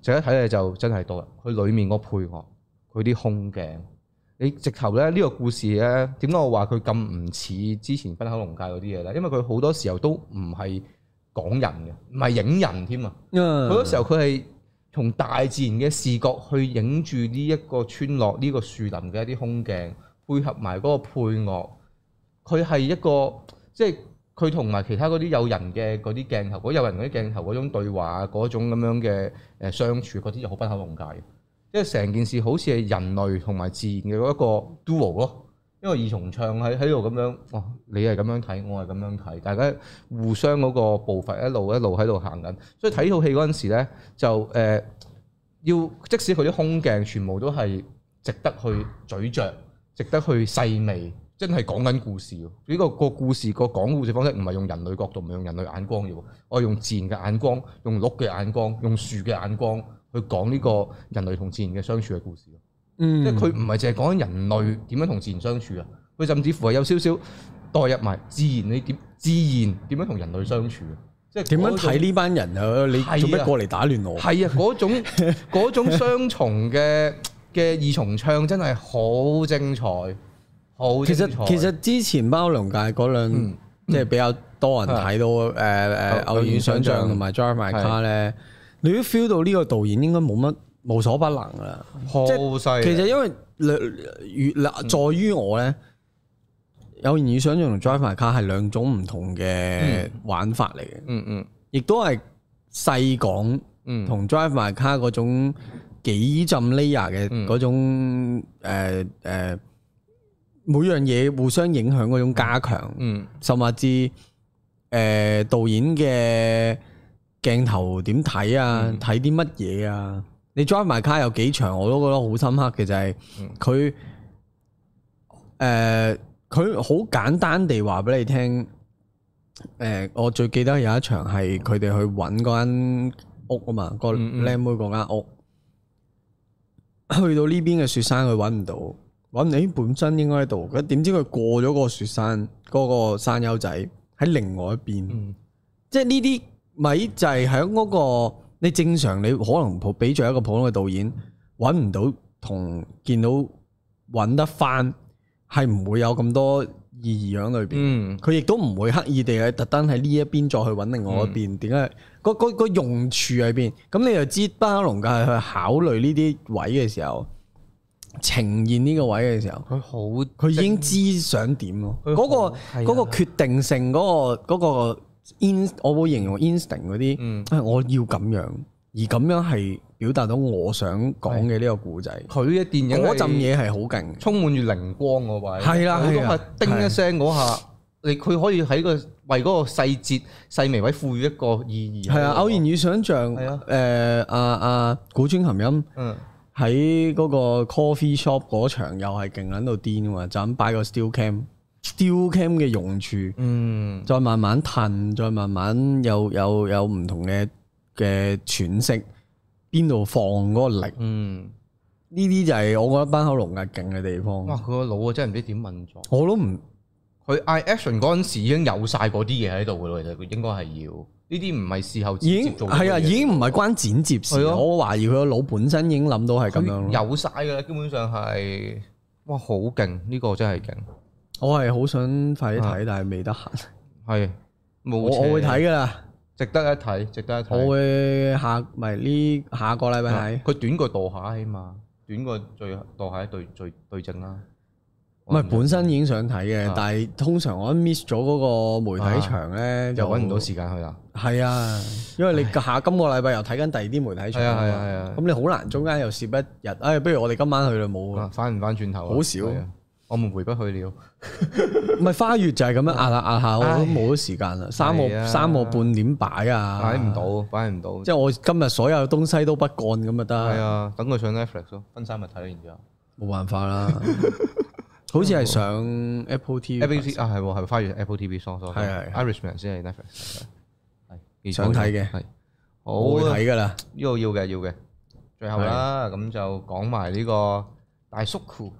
S1: 值得睇嘅就真係多啦。佢裡面嗰個配樂，佢啲空鏡，你直頭咧呢個故事咧，點解我話佢咁唔似之前分口龍界嗰啲嘢咧？因為佢好多時候都唔係講人嘅，唔係影人添啊！好多
S2: 嗯，
S1: 時候佢係從大自然嘅視角去影住呢一個村落、呢、個樹林嘅一啲空鏡，配合埋嗰個配樂，佢係一個即係佢同埋其他嗰啲有人嘅嗰啲鏡頭，嗰有人嗰啲鏡頭嗰種對話嗰種咁樣嘅誒相處，嗰啲就好不可同界嘅。即係成件事好似係人類同埋自然嘅嗰一個 duo 咯。因為二重唱喺喺度咁樣，哦，你係咁樣睇，我係咁樣睇，大家互相嗰個步伐一路一路喺度行緊，所以睇套戲嗰陣時咧，就誒、呃要即使佢啲空鏡全部都係值得去咀嚼，值得去細味，真係講緊故事喎。呢、個個故事個講故事方式唔係用人類角度，唔係用人類眼光嘅喎，我係用自然嘅眼光，用鹿嘅眼光，用樹嘅眼光去講呢個人類同自然嘅相處嘅故事咯。
S2: 嗯，
S1: 即係佢唔係淨係講緊人類點樣同自然相處啊，佢甚至乎係有少少代入埋自然你點自然點樣同人類相處啊，即係
S2: 點樣
S1: 嗰種
S2: 睇呢班人啊？你
S1: 係啊
S2: 做乜過嚟打亂我？
S1: 係啊，嗰
S2: [LAUGHS]
S1: 種嗰種雙重嘅嘅二重唱真係好精彩，好
S2: 其
S1: 精彩
S2: 實其實之前包龍界嗰兩
S1: 嗯
S2: 即係比較多人睇到
S1: 偶
S2: 誒誒《偶然想像》同埋《Drive My Car》咧，你都 feel 到呢個導演應該冇乜無所不能噶啦。
S1: 好
S2: 即
S1: 犀利。
S2: 其實因為如嗱，在於我咧，有言與想像同 Drive My Car 係兩種唔同嘅玩法嚟嘅，
S1: 嗯嗯
S2: 亦都係細講
S1: 嗯
S2: 同 Drive My Car 嗰種幾浸 layer 嘅
S1: 嗯
S2: 嗰種誒誒每樣嘢互相影響嗰種加強，
S1: 嗯
S2: 甚至誒導演嘅鏡頭點睇啊，
S1: 嗯
S2: 睇啲乜嘢啊？你 Drive My Car 有幾場我都覺得好深刻嘅就係
S1: 嗯
S2: 佢誒佢好簡單地話俾你聽，誒、我最記得有一場係佢哋去揾嗰間屋啊嘛，個
S1: 嗯嗯
S2: 靚妹嗰間屋，去到呢邊嘅雪山佢揾唔到，揾唔到咦本身應該喺度，佢點知佢過咗個雪山嗰、個山丘仔喺另外一邊。
S1: 嗯
S2: 即係呢啲咪就係喺嗰個你正常你可能普俾咗一個普通嘅導演揾唔到同見到揾得翻，係唔會有咁多意義喺裏邊。
S1: 嗯
S2: 佢亦都唔會刻意地去特登喺呢一邊再去揾另外一
S1: 嗯
S2: 邊，點解、個個個用處喺邊？咁你就知巴龍界去考慮呢啲位嘅時候，呈現呢個位嘅時候，
S1: 佢好佢
S2: 佢已經知想點咯。
S1: 佢好
S2: 嗰、個
S1: 係啊
S2: 嗰個決定性嗰、個嗰、個 in，我會形容 instinct 嗰啲，
S1: 嗯
S2: 啊我要咁樣，而咁樣係表達到我想講嘅呢個故仔。
S1: 佢嘅電影
S2: 嗰
S1: 係
S2: 陣嘢係好勁，
S1: 充滿住靈光嗰位，
S2: 係啦
S1: 好多
S2: 係啊啦
S1: 下叮一聲嗰下，你佢可以喺個為嗰個細節細微位賦予一個意義喺度。
S2: 係啊，偶然與想像，
S1: 係啊
S2: 誒啊啊古川琴音。
S1: 嗯
S2: 喺嗰個 coffee shop 嗰場又係勁撚到癲喎，就咁擺個 still cam，still cam 嘅用處，
S1: 嗯
S2: 再慢慢褪，再慢慢有有有唔同嘅嘅喘息，邊度放嗰個力，
S1: 嗯，
S2: 呢啲就係我覺得班口龍嘅勁嘅地
S1: 哇！
S2: 方。
S1: 佢個腦啊真係唔知點運作。
S2: 我都唔，
S1: 佢 I action 嗰陣時已經有晒嗰啲嘢喺度嘅咯，其實佢應該係要呢啲唔係事後
S2: 已
S1: 直接
S2: 經
S1: 做到嘅嘢
S2: 係啊，已經唔係關剪接事，啊
S1: 係咯
S2: 我懷疑佢個腦本身已經諗到係咁樣
S1: 佢
S2: 咯。
S1: 有晒嘅啦，基本上係哇好勁，呢、個真係勁，
S2: 我係好想快啲睇，但係未得閒。
S1: 係冇
S2: 我我會
S1: 邪，
S2: 睇㗎啦，
S1: 值得一睇，值得一
S2: 我
S1: 睇。
S2: 會下唔係呢下個禮拜
S1: 啊
S2: 睇。
S1: 佢短過墮下起碼，短過最墮下一對最對症啦。
S2: 唔係本身已經想睇
S1: 啊
S2: 嘅，但係通常我一 miss 咗嗰個媒體場咧，
S1: 又揾唔到時間去啦。
S2: 係啊，因為你下今個禮拜又睇緊第二啲媒體場
S1: 係啊係啊
S2: 嘛
S1: 係啊
S2: 咁你好難中間又攝一日，哎，不如我哋今晚去啦，冇
S1: 啊
S2: 啊，
S1: 翻唔翻轉頭啊？
S2: 好少
S1: 係啊，我們回不去了。
S2: 唔係花月就係咁樣壓下壓下，我都
S1: 啊唉
S2: 冇咗時間啦，三
S1: 係啊
S2: 個三個半點擺啊，
S1: 擺唔，到，擺唔到。
S2: 即係我今日所有東西都不幹咁就
S1: 係
S2: 得，
S1: 啊，等佢上 Netflix 咯，分三日睇啦，然之後。
S2: 冇辦法
S1: [LAUGHS]
S2: 啦，好似係上 Apple
S1: Apple
S2: TV，
S1: T 啊，係喎，係咪花月 Apple TV 雙雙？
S2: 係係啊
S1: Irishman 先係 Netflix 係。
S2: 想睇嘅
S1: 係。
S2: 我會
S1: 好啊，
S2: 睇㗎啦，
S1: 呢個要嘅要嘅。最後啦，咁就講埋呢個大叔酷，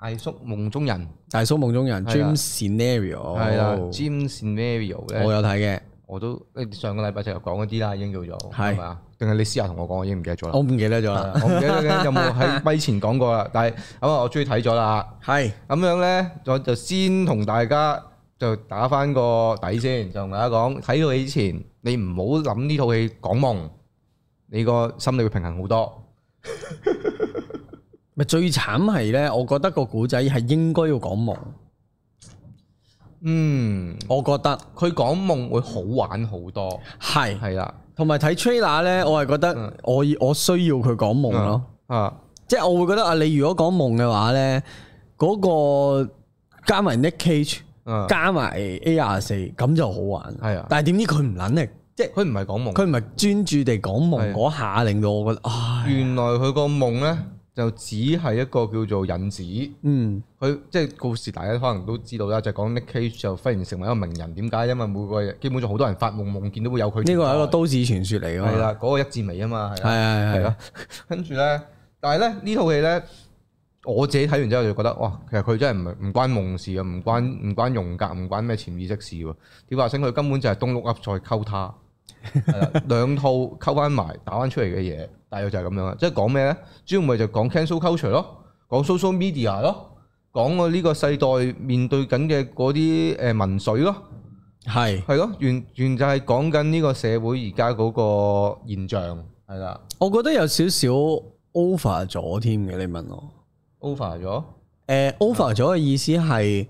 S1: 大叔夢中人
S2: 大叔夢中人
S1: 係啦
S2: Dream Scenario
S1: 係啦，James Mario 咧。
S2: 哦我有睇嘅，
S1: 我都你上個禮拜就有講嗰啲啦，已經叫做
S2: 係哦
S1: 係咪啊？定係你私下同我講，我已經唔記得咗啦
S2: 我。唔記得咗
S1: 係啊
S2: 啦。
S1: 我唔記得咧有冇喺咪前講過啦，但係咁啊，我終於睇咗啦。
S2: 係
S1: 咁樣咧，我就先同大家就打翻個底先，就同大家講，睇到戲之前，你唔好諗呢套戲講夢，你個心理會平衡好多。
S2: 咪最慘係咧？我覺得個古仔係應該要講夢，
S1: 嗯，
S2: 我覺得
S1: 佢講夢會好玩好多，
S2: 係。啊
S1: 係啦，
S2: 同埋睇 trailer 咧，我係覺得
S1: 嗯
S2: 我我需要佢講夢咯，
S1: 啊，
S2: 即係我會覺得啊，你如果講夢嘅話咧，嗰、個加埋 Nick Cage
S1: 嗯，
S2: 加埋 A 廿四咁就好玩。
S1: 係啊
S2: 但係點知佢唔撚力，即係
S1: 佢唔係講夢，
S2: 佢唔係專注地講夢
S1: 係啊
S2: 嗰下，令到我覺得唉，
S1: 原來佢個夢咧就只係一個叫做引子。
S2: 嗯
S1: 佢即係故事，大家可能都知道啦，就講 Nick Cage 就忽然成為一個名人，點解？因為每個人基本上好多人發夢夢見都會有佢。
S2: 嗯呢個係一個都市傳說嚟㗎嘛。
S1: 嗯係啦，嗰個一字眉啊嘛，係
S2: 係，
S1: 啦，
S2: 係係
S1: 係啊
S2: 係
S1: 啦。跟住咧，但係咧呢套戲咧，我自己睇完之後就覺得，哇，其實佢真係唔係唔關夢事啊，唔關唔關容格，唔關咩潛意識事喎。屌話聲佢根本就係東碌 up 再溝他，係啦，兩套溝翻埋打翻出嚟嘅嘢，大約就係咁樣啊啦。即係講咩咧？主要咪就講 cancel culture 咯，講 social media 咯，講我呢個世代面對緊嘅嗰啲誒民粹咯。
S2: 係
S1: 係咯，原原就係講緊呢個社會而家嗰個現象係啦
S2: 我覺得有少少 over 咗添嘅，你問我。
S1: ，over 咗，
S2: 誒、over 呃咗嘅意思係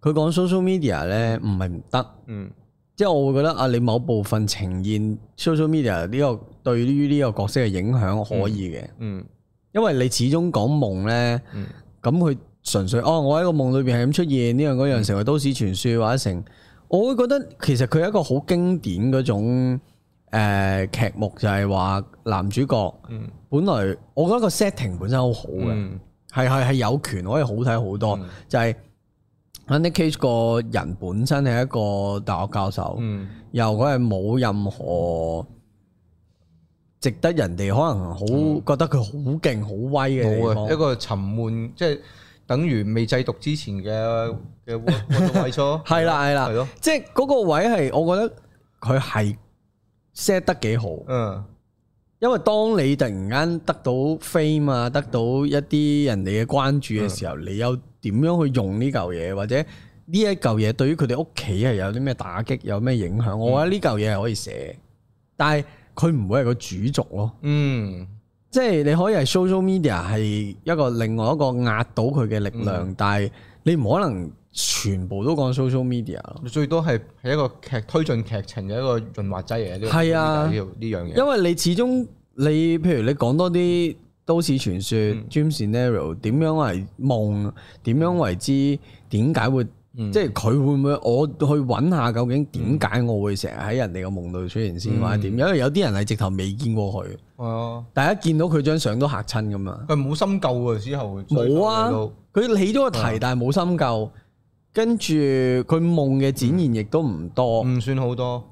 S2: 佢講 social media 咧，唔係唔得，
S1: 嗯
S2: 即係我會覺得啊，你某部分呈現 social media 呢、個對於呢個角色嘅影響可以嘅，
S1: 嗯
S2: 因為你始終講夢咧，
S1: 嗯
S2: 咁佢純粹哦，我喺個夢裏邊係咁出現呢樣嗰
S1: 嗯
S2: 樣，成為都市傳說或者成，我會覺得其實佢係一個好經典嗰種誒、呃劇目，就係話男主角。
S1: 嗯
S2: 本來我覺得個 setting 本身好好嘅，
S1: 嗯
S2: 係係係有權可以好睇好多，
S1: 嗯
S2: 就係 Andy Cage 個人本身係一個大學教授，
S1: 嗯
S2: 又佢係冇任何值得人哋可能好、覺得佢好勁好威嘅地
S1: 嗯冇啊，一
S2: 方。
S1: 個沉悶，即係等於未製毒之前嘅嘅 w 位錯，
S2: 係啦係
S1: 係
S2: 啦
S1: 咯，，
S2: 即係嗰個位係我覺得佢係 set 得幾好，
S1: 嗯
S2: 因為當你突然間得到 fame 啊，得到一啲人哋嘅關注嘅時候，你又點樣去用呢嚿嘢，或者呢一嚿嘢對於佢哋屋企係有啲咩打擊，有咩影響？我覺得呢嚿嘢係可以寫，但係佢唔會係個主軸咯。
S1: 嗯
S2: 即係你可以係 social media 係一個另外一個壓到佢嘅力量，但係你唔可能全部都講 social media 咯。
S1: 最多係係一個劇推進劇情嘅一個潤滑劑嚟嘅，呢個
S2: 係啊
S1: 呢度呢樣嘢，
S2: 因為你始終你譬如你講多啲都市傳說、dream scenario 點樣為夢，點樣為之點解會，
S1: 嗯
S2: 即係佢會唔會我去揾下究竟點解我會成日喺人哋個夢度出現先，或者點？因為有啲人係直頭未見過佢，
S1: 係啊，
S2: 大家見到佢張相都嚇親咁啊！
S1: 佢冇深究啊，之後
S2: 冇啊
S1: 都，
S2: 佢起咗個題，但係冇深究，跟住佢夢嘅展現亦都唔多。
S1: 唔算好多，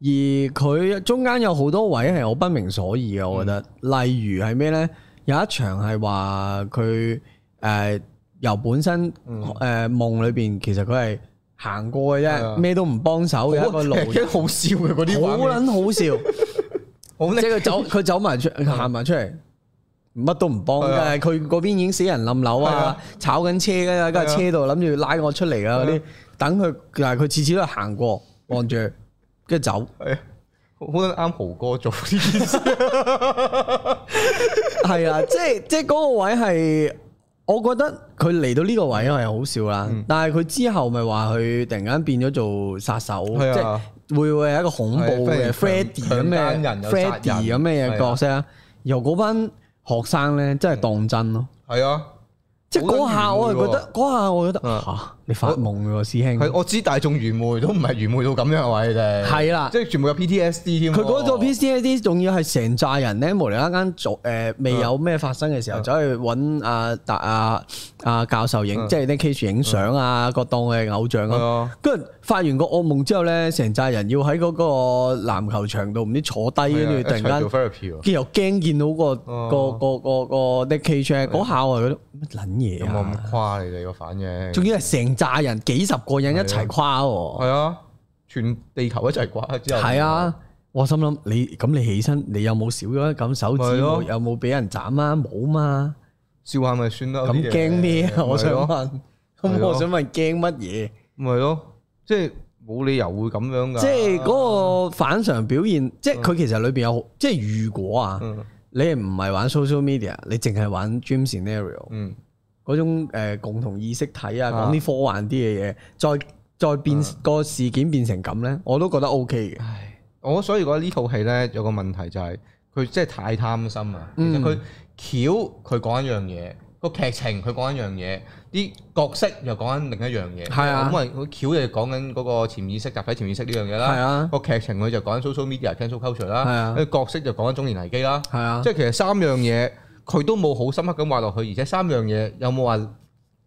S2: 而佢中間有好多位係我不明所以嘅，我覺得，
S1: 嗯
S2: 例如係咩呢？有一場係話佢誒由本身誒、呃、夢裏邊，其實佢係行過嘅
S1: 嗯係
S2: 啫，
S1: 啊
S2: 咩都唔幫手嘅一
S1: [LAUGHS]
S2: 個路
S1: 好
S2: 人，
S1: 好笑嘅嗰啲
S2: 好
S1: 畫面
S2: 撚好笑，
S1: [LAUGHS] 好
S2: 即係佢走佢走埋出行埋出嚟。乜都唔幫，
S1: 嗯係啊
S2: 但係佢嗰邊已經死人冧樓
S1: 係
S2: 啊
S1: 啊，
S2: 炒緊車㗎啦，架
S1: 係啊
S2: 車度諗住拉我出嚟啊嗰
S1: 係
S2: 啲，等佢，但係佢次次都係行過望住，跟住走。
S1: 係啊好啱豪哥做呢
S2: [LAUGHS]
S1: 件事。 [LAUGHS]
S2: 系啊，即系即系嗰個位係我覺得佢嚟到呢個位係好笑啦，
S1: 嗯
S2: 但係佢之後咪話佢突然間變咗做殺手，
S1: 係
S2: 即係
S1: 啊
S2: 會會係一個恐怖嘅
S1: 係
S2: Freddy
S1: 強
S2: 咁
S1: 強姦
S2: 嘅
S1: 人又殺人
S2: Freddy 咁嘅嘢角色啊。由嗰班學生咧，真係當真咯，
S1: 係啊，
S2: 即係嗰下
S1: 好
S2: 我
S1: 撚愚昧
S2: 係
S1: 喎
S2: 覺得，嗰下我覺得
S1: 啊
S2: 嚇你發夢嘅喎，師
S1: 係
S2: 兄，
S1: 我知大眾愚昧都唔係愚昧到咁樣啊，喂你哋
S2: 係啦
S1: 即係全部有 PTSD 添喎。
S2: 佢嗰個 PCAD 仲要係成扎人咧，無啦啦間做
S1: 嗯
S2: 誒未有咩發生嘅時候，走去揾阿達阿阿教授影，
S1: 嗯
S2: 即係啲 case 影相啊，個當佢係偶像
S1: 係
S2: 咁。
S1: 啊，
S2: 跟住發完個惡夢之後咧，成扎人要喺嗰個籃球場度唔知坐低，
S1: 係啊
S2: 跟住突然間
S1: 一齊做，therapy 喎
S2: 跟住又驚見到個
S1: 哦
S2: 個個個個 Nick Cage 咧嗰下我係覺得乜撚
S1: 有
S2: 嘢
S1: 冇
S2: 啊！
S1: 咁誇你哋個反應？
S2: 仲要係成扎人幾十個
S1: 啊
S2: 人一齊誇喎，
S1: 係啊，全地球一齊掛之後。
S2: 係啊！我心諗你咁你起身，你有冇少咗一咁手指
S1: 咪？咯
S2: 有冇俾人斬啊？冇嘛！
S1: 笑下咪算啦。有啲
S2: 咁
S1: 嘢
S2: 驚咩啊？ [LAUGHS] 我想，
S1: 咪咯係
S2: 問，咁
S1: 咯
S2: 我想問驚乜嘢？
S1: 咪咯，即係冇理由會咁樣噶。
S2: 即係嗰個反常表現，即係佢其實裏邊有，即係如果啊，
S1: 嗯
S2: 你係唔係玩 social media，你淨係玩 dream scenario
S1: 嗯
S2: 嗰種、呃、共同意識體啊，
S1: 啊
S2: 講啲科幻啲嘅嘢，再再變個事件變成咁咧，我都覺得 O K 嘅。
S1: 我所以覺得呢套戲咧有個問題就係佢即係太貪心啊！
S2: 嗯
S1: 其實佢橋佢講一樣嘢，個劇情佢講一樣嘢，啲角色又講緊另一樣嘢。
S2: 係啊
S1: 咁咪佢橋就講緊嗰個潛意識、集體潛意識呢樣嘢
S2: 係
S1: 啦。
S2: 啊，
S1: 個劇情佢就講緊 social media、cancel culture
S2: 係
S1: 啦。
S2: 啊
S1: 跟住角色就講緊中年危機啦。
S2: 係啊
S1: 即，係其實三樣嘢佢都冇好深刻咁話落去，而且三樣嘢有冇話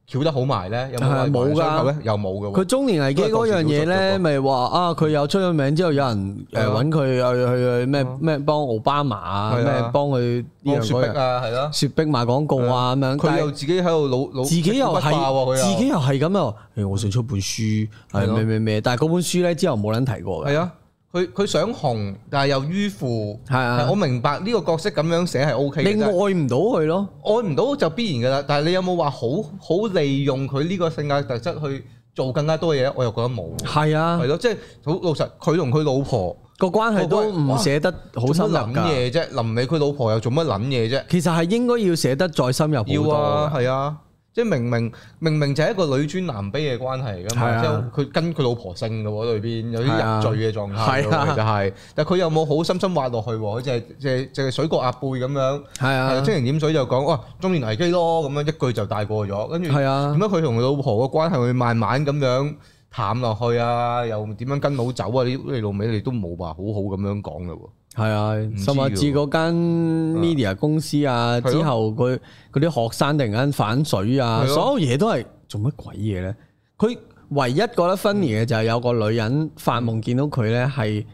S1: 翹得好埋咧？有冇話
S2: 係冇㗎
S1: 相扣咧？又冇嘅喎。
S2: 佢中年危機嗰樣嘢咧，咪話啊，佢有出咗名之後，有人誒
S1: 係啊啊
S2: 揾佢去去咩咩幫奧巴馬啊，
S1: 係
S2: 咩
S1: 啊
S2: 幫佢呢樣
S1: 幫雪
S2: 嗰
S1: 碧
S2: 樣
S1: 啊，係咯。
S2: 雪碧賣廣告啊咁樣，
S1: 佢
S2: 但係
S1: 又自己喺度老老
S2: 自己又
S1: 不化
S2: 係
S1: 喎，
S2: 自
S1: 佢
S2: 己
S1: 又
S2: 又係咁啊！誒，我想出本書，係
S1: 係咯
S2: 咩咩咩，但係嗰本書咧之後冇撚提過嘅，
S1: 係啊，佢佢想紅，但係又迂腐。
S2: 係啊
S1: 我，明白呢個角色咁樣寫係 O K
S2: 你
S1: 嘅，
S2: 愛
S1: 但係
S2: 唔到佢咯，
S1: 愛唔到就必然㗎啦。但係你有冇話好好利用佢呢個性格特質去做更加多嘢？我又覺得冇。
S2: 係啊
S1: 係，咯，即係好老實，佢同佢老婆
S2: 個關係都唔寫得好深入
S1: 做乜撚
S2: 㗎。
S1: 嘢啫，臨尾佢老婆又做乜撚嘢啫？
S2: 其實係應該要寫得再深入好
S1: 要
S2: 多
S1: 啊，
S2: 㗎。
S1: 係啊，即係明明明明就係一個女尊男卑嘅關係嚟㗎
S2: 係
S1: 嘛，
S2: 啊
S1: 即係佢跟佢老婆姓嘅喎，裏邊有啲
S2: 係啊
S1: 入罪嘅狀態㗎
S2: 係啊
S1: 喎，其實係，但係佢又冇好深深挖落去喎，佢就係就係就係水過鴨背咁樣，
S2: 係
S1: 係
S2: 啊
S1: 啊，，蜻蜓點水就講哇中年危機咯，咁樣一句就帶過咗，跟住
S2: 係啊
S1: 點解佢同佢老婆嘅關係會慢慢咁樣淡落去啊？又點樣跟佬走啊？你你老尾你都冇話好好咁樣講嘅喎，
S2: 係啊，
S1: 知
S2: 甚至
S1: 㗎
S2: 嗰間 media 公司啊，
S1: 係咯
S2: 之後佢嗰啲學生突然間反水啊，
S1: 係咯
S2: 所有嘢都係做乜鬼嘢咧？佢唯一覺得 funny 嘅就係有個女人發夢見到佢咧，係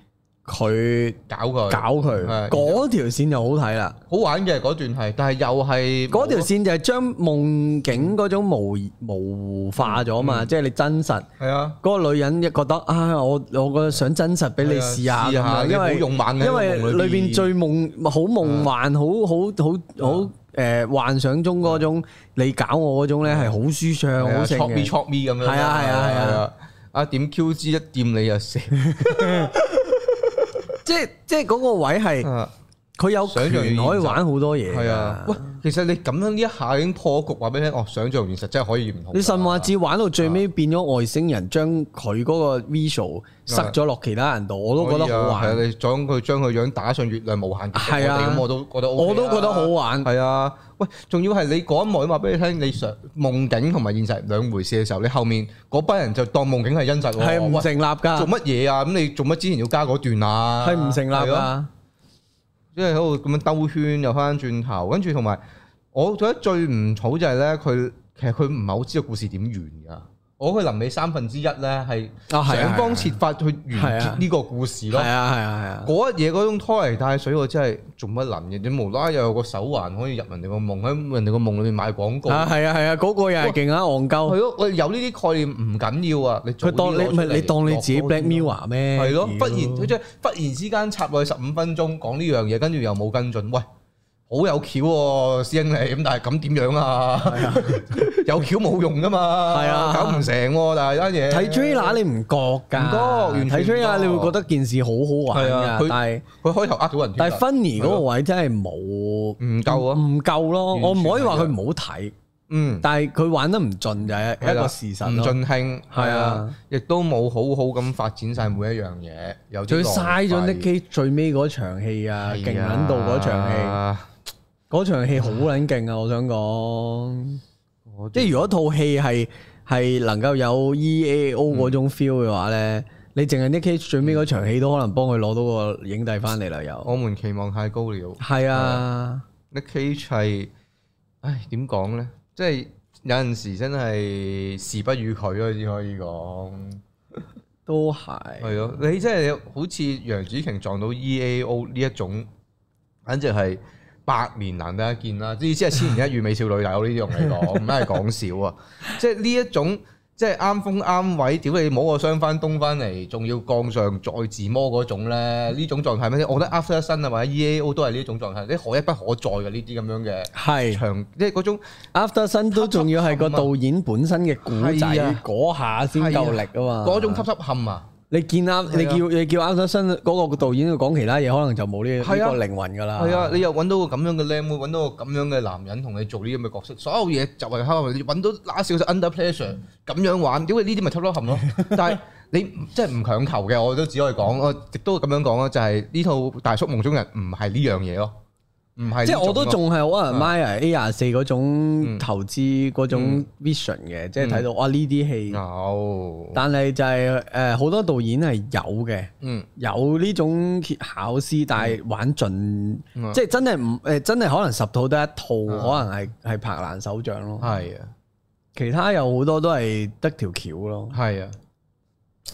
S2: 佢
S1: 搞佢
S2: 搞佢，
S1: 係
S2: 嗰條線就好睇啦。
S1: 好玩嘅嗰段係，但係又係
S2: 嗰條線就係將夢境嗰種模模糊化咗
S1: 嗯
S2: 嘛，即係你真實。
S1: 係啊。
S2: 嗰個女人亦覺得啊，我我個想真實俾你試下咁
S1: 係啊試下
S2: 樣，因為
S1: 你好勇猛嘅
S2: 因為
S1: 喺個夢裏邊啊
S2: 裏邊最夢好夢幻，好好好好誒幻想中嗰種你搞我嗰種咧係好舒暢，
S1: 係
S2: 好
S1: 啊
S2: 正
S1: chop me
S2: 嘅，
S1: chop me 咁樣。
S2: 係啊係啊係啊！
S1: 啊點 Q 之一掂你就死，
S2: 即係即係嗰個位係
S1: 啊
S2: 佢有
S1: 想像現
S2: 權
S1: 實
S2: 可以玩好多嘢
S1: 係啊！
S2: 㗎
S1: 喂。，其實你咁樣呢一下已經破局，話俾你聽，哦，想像現實真係可以唔同㗎。
S2: 你神話至玩到最尾變咗外星人，將佢嗰個 visual 塞咗落其他人度，我都覺得好
S1: 啊可以啊係。
S2: 玩
S1: 啊你將佢將佢樣打上月亮無限極嘅
S2: 係
S1: 我哋
S2: 啊
S1: 咁我都覺得 OK 啊
S2: 我都覺得好玩，
S1: 係啊，喂，仲要係你嗰一幕話俾你聽，你想夢境同埋現實兩回事嘅時候，你後面嗰班人就當夢境係真實喎。
S2: 係唔
S1: 啊喂
S2: 成立
S1: 做
S2: 㗎，
S1: 乜嘢啊？咁你做乜之前要加嗰段啊？
S2: 係唔成立
S1: 係咯
S2: 㗎。
S1: 即係喺度咁樣兜圈又翻轉頭，跟住同埋我覺得最唔好就係咧，佢其實佢唔係好知道故事點完㗎。我覺得佢臨尾三分之一咧係
S2: 啊係啊
S1: 想方設法去完
S2: 係啊
S1: 結呢個故事
S2: 係
S1: 咯。
S2: 啊係啊係啊。
S1: 嗰一嘢嗰種拖泥帶水，我真係做乜撚嘅？你無啦啦又有個手環可以入人哋個夢，喺人哋個夢裏面賣廣告。
S2: 啊，係啊，係啊，嗰個又係勁啊，
S1: 係
S2: 戇鳩。
S1: 咯，我有呢啲概念唔緊要啊！你早
S2: 佢
S1: 啲
S2: 當你
S1: 攞
S2: 唔
S1: 出
S2: 係
S1: 嚟
S2: 你當你自己
S1: 落多
S2: Black
S1: 啲
S2: Mirror 咩？
S1: 係咯，
S2: 屌
S1: 忽然佢即係忽然之間插落去十五分鐘講呢樣嘢，跟住又冇跟進，喂，好有橋喎，師兄你咁，但係咁點樣啊？ [LAUGHS] 有橋冇用噶嘛，
S2: 係啊
S1: 搞唔成喎，但係單嘢
S2: 睇 trailer 你唔覺㗎，
S1: 唔覺完全
S2: 睇
S1: 唔覺
S2: trailer 你會覺得件事好好玩
S1: 係啊
S2: 㗎，
S1: 佢
S2: 但係
S1: 佢開頭呃到人添
S2: 但
S1: 㗎，
S2: 係 Funny 嗰個位真係冇唔
S1: 唔夠啊，
S2: 唔夠咯，
S1: 完全
S2: 我唔可以話佢唔好睇，
S1: 嗯，
S2: 但係佢玩得唔盡就係一個事實
S1: 唔
S2: 咯。
S1: 盡興，
S2: 係
S1: 係
S2: 啊
S1: 啊，亦都冇好好咁發展晒每一樣嘢，有啲
S2: 佢嘥咗
S1: 浪費
S2: Nick Cage 最尾嗰場戲啊，勁撚到嗰場戲，
S1: 係啊
S2: 嗰場戲好撚勁啊！我想講，
S1: 我
S2: 即係如果套戲係係能夠有 E A
S1: 嗯
S2: O 嗰種 feel 嘅話咧，你淨係 Nick Cage 最尾嗰場戲都可能幫佢攞到個影帝翻嚟啦，又
S1: 我們期望太高了。
S2: 係啊，
S1: Nick Cage 係，唉點講咧？即係有陣時真係事不與佢咯，只可以講
S2: 都係啊
S1: 係咯。你真係好似楊紫瓊撞到 EAO 呢一種，簡直係百年難得一見啦！即係意思係千年一遇美少女 [LAUGHS] 有呢種嚟講，唔係講少啊！即係呢一種。即係啱風啱位，屌你冇我雙翻東翻嚟，仲要降上再自摸嗰種咧，呢種狀態咩？我覺得 After Sun 啊或者 EAO 都係呢種狀態，你可一不可再嘅呢啲咁樣嘅。
S2: 係。
S1: 長即係嗰種
S2: After Sun 都仲要係個導演本身嘅古仔
S1: 啊係啊
S2: 嗰下先夠力啊嘛，
S1: 嗰種濕濕冚啊，
S2: 你見啱你叫你叫 After Sun 嗰個導演去講其他嘢，可能就冇呢呢
S1: 係啊
S2: 個靈魂㗎啦。
S1: 係啊，你又揾到個咁樣嘅靚妹，揾到個咁樣嘅男人同你做呢啲咁嘅角色，所有嘢就係黑暗，你揾到拉少少 under pressure 咁樣玩，屌你呢啲咪濕濕冚咯。但係你即係唔強求嘅，我都只可以講，我亦都咁樣講啦，就係呢套《大叔夢中人》唔係呢樣嘢咯，唔係呢種咯。啊
S2: 即係我都仲係好 admire A 廿四嗰種投資嗰種
S1: 嗯啊
S2: vision 嘅，即係睇到哇呢啲戲，
S1: 有，
S2: 但係就係誒好多導演係有嘅。
S1: 嗯，
S2: 有呢種考試，但係玩盡，
S1: 嗯
S2: 即係真係唔誒，真係可能十套得一套，可能係係拍爛手掌咯。
S1: 係啊，
S2: 其他有好多都係得條橋咯。
S1: 係啊，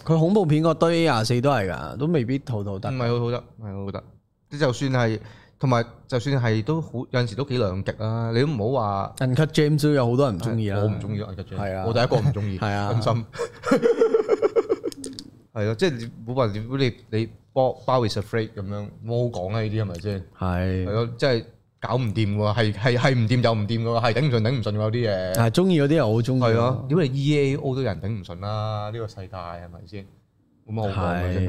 S2: 佢恐怖片個堆廿四都係㗎，都未必套套得
S1: 唔。係好好得，唔係好好得。即就算係，同埋就算係都好有陣時都幾兩極啊！你都唔好話。
S2: Uncut James 都有好多人唔中意啦。
S1: 我唔中意 u n c
S2: 係啊
S1: 我第一個唔中意，
S2: 係啊
S1: 真心係咯，即係你冇辦法，如果你你包包 is afraid 咁樣，冇好講啊呢啲係咪先？係
S2: 係，
S1: 咯，即係搞唔掂喎，係係係唔掂就唔掂噶，係頂唔順頂唔順㗎有啲嘢。
S2: 但係中意嗰啲人好中意。
S1: 係啊，因為 EAO 都有人頂唔順啦，呢個世界係咪先？冇乜好講嘅真係。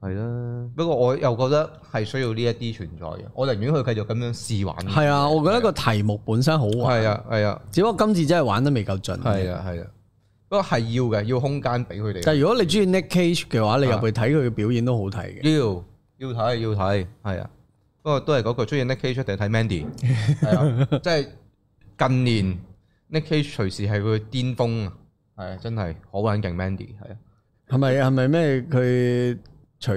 S2: 係，
S1: 係啦，不過我又覺得係需要呢一啲存在嘅，我寧願佢繼續咁樣試玩。
S2: 係啊，我覺得個題目本身好玩，
S1: 嗯係啊，係啊。
S2: 只不過今次真係玩得未夠盡。
S1: 係啊，係啊，不過係要嘅，要空間俾佢哋。
S2: 但係如果你中意 Nick Cage 嘅話，你入
S1: 啊
S2: 去睇佢嘅表演都好睇嘅。
S1: 要要睇要睇，係啊。不過都係嗰句，中意 Nick Cage 定係睇 Mandy，係
S2: [LAUGHS]
S1: 啊，即係近年 Nick Cage 隨時係佢嘅巔峰啊，係啊，真係好撚勁 Mandy，係啊，啊
S2: 係咪係咪咩？佢除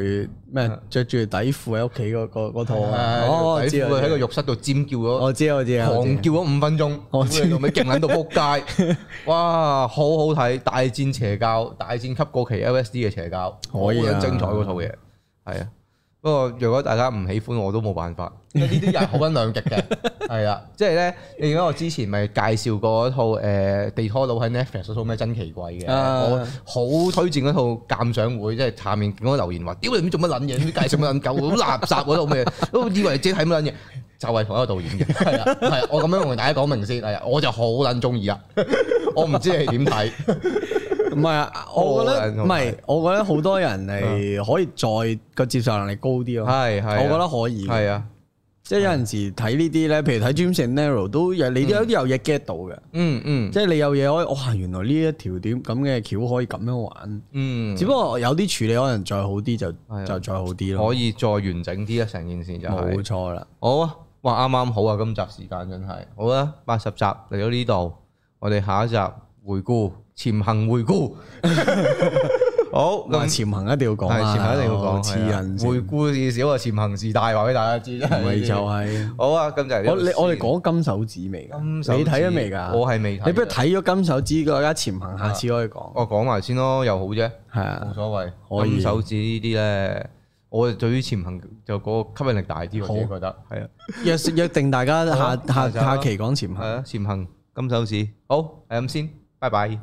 S2: 咩着住底褲喺屋企嗰嗰嗰套啊？哦，我
S1: 底
S2: 知
S1: 褲佢喺個
S2: 我知
S1: 浴室度尖叫咗，
S2: 我知我知我
S1: 狂
S2: 知。
S1: 叫咗五分鐘，
S2: 我
S1: 我
S2: 知啊
S1: 知到尾勁撚到撲
S2: [LAUGHS]
S1: 街，哇，好好睇，大戰邪教，大戰級過期 LSD 嘅邪教，
S2: 可以啊
S1: 好撚精彩嗰套嘢，係啊。不過如果大家唔喜歡，我都冇辦法，因為呢啲人好撚兩極 [LAUGHS] 嘅，係啊，即係咧，你記得我之前咪介紹過一套誒、呃地拖佬喺 Netflix 嗰套咩真奇怪嘅，
S2: 啊
S1: 我好推薦嗰套鑑賞會，即係下面嗰個留言話：屌你唔知做乜撚嘢，唔知介紹乜撚狗，好垃圾嗰套咩，都以為自己睇乜撚嘢，就係同一個導演嘅，係啊，係啊，我咁樣同大家講明先，係啊，我就好撚中意啦，啊我唔知你點睇，
S2: 唔係啊，我覺得
S1: 好啊啊
S2: 唔係，我覺得好多人係可以再個接受能力高啲咯。
S1: 係啊係，
S2: 我覺得可以，
S1: 係啊，
S2: 即係有陣時睇呢啲咧，譬如睇 James and Nero 都有，你都有有嘢 get 到嘅，
S1: 嗯嗯
S2: 即係你有嘢可以，哇！原來呢一條點咁嘅橋可以咁樣玩，
S1: 嗯，
S2: 只不過有啲處理可能再好啲就
S1: 啊
S2: 就再好啲咯，
S1: 可以再完整啲啊，成件事就係、
S2: 冇錯啦。
S1: 好啊，哇，啱啱好啊，今集時間真係好啦，八十集嚟到呢度，我哋下一集回顧潛行
S2: [LAUGHS]
S1: 回顧，好
S2: 咁
S1: 咁。
S2: 潛行一定要講
S1: 係
S2: 啊，
S1: 潛行一定要講，
S2: 黐人
S1: 係啊回
S2: 線，
S1: 顧事小啊，潛行事大，話俾大家知真係。
S2: 咪就係
S1: 好啊，今集嚟到
S2: 我你我
S1: 先
S2: 哋講金手指未㗎？
S1: 金手指
S2: 你睇咗未㗎？
S1: 我係未睇啊嘅。
S2: 你不如睇咗金手指，大家潛行，下次可以講，
S1: 我講埋先咯，又好啫，
S2: 係
S1: 冇
S2: 啊，
S1: 所謂。
S2: 可以
S1: 金手指呢啲咧，我對於潛行就嗰個吸引力大啲，我自己
S2: 好
S1: 覺得係啊，
S2: 約約定大家下
S1: 好啊
S2: 下
S1: 下集啊
S2: 下期講潛
S1: 係
S2: 行。
S1: 啊，潛行金手指，好係咁先，拜拜。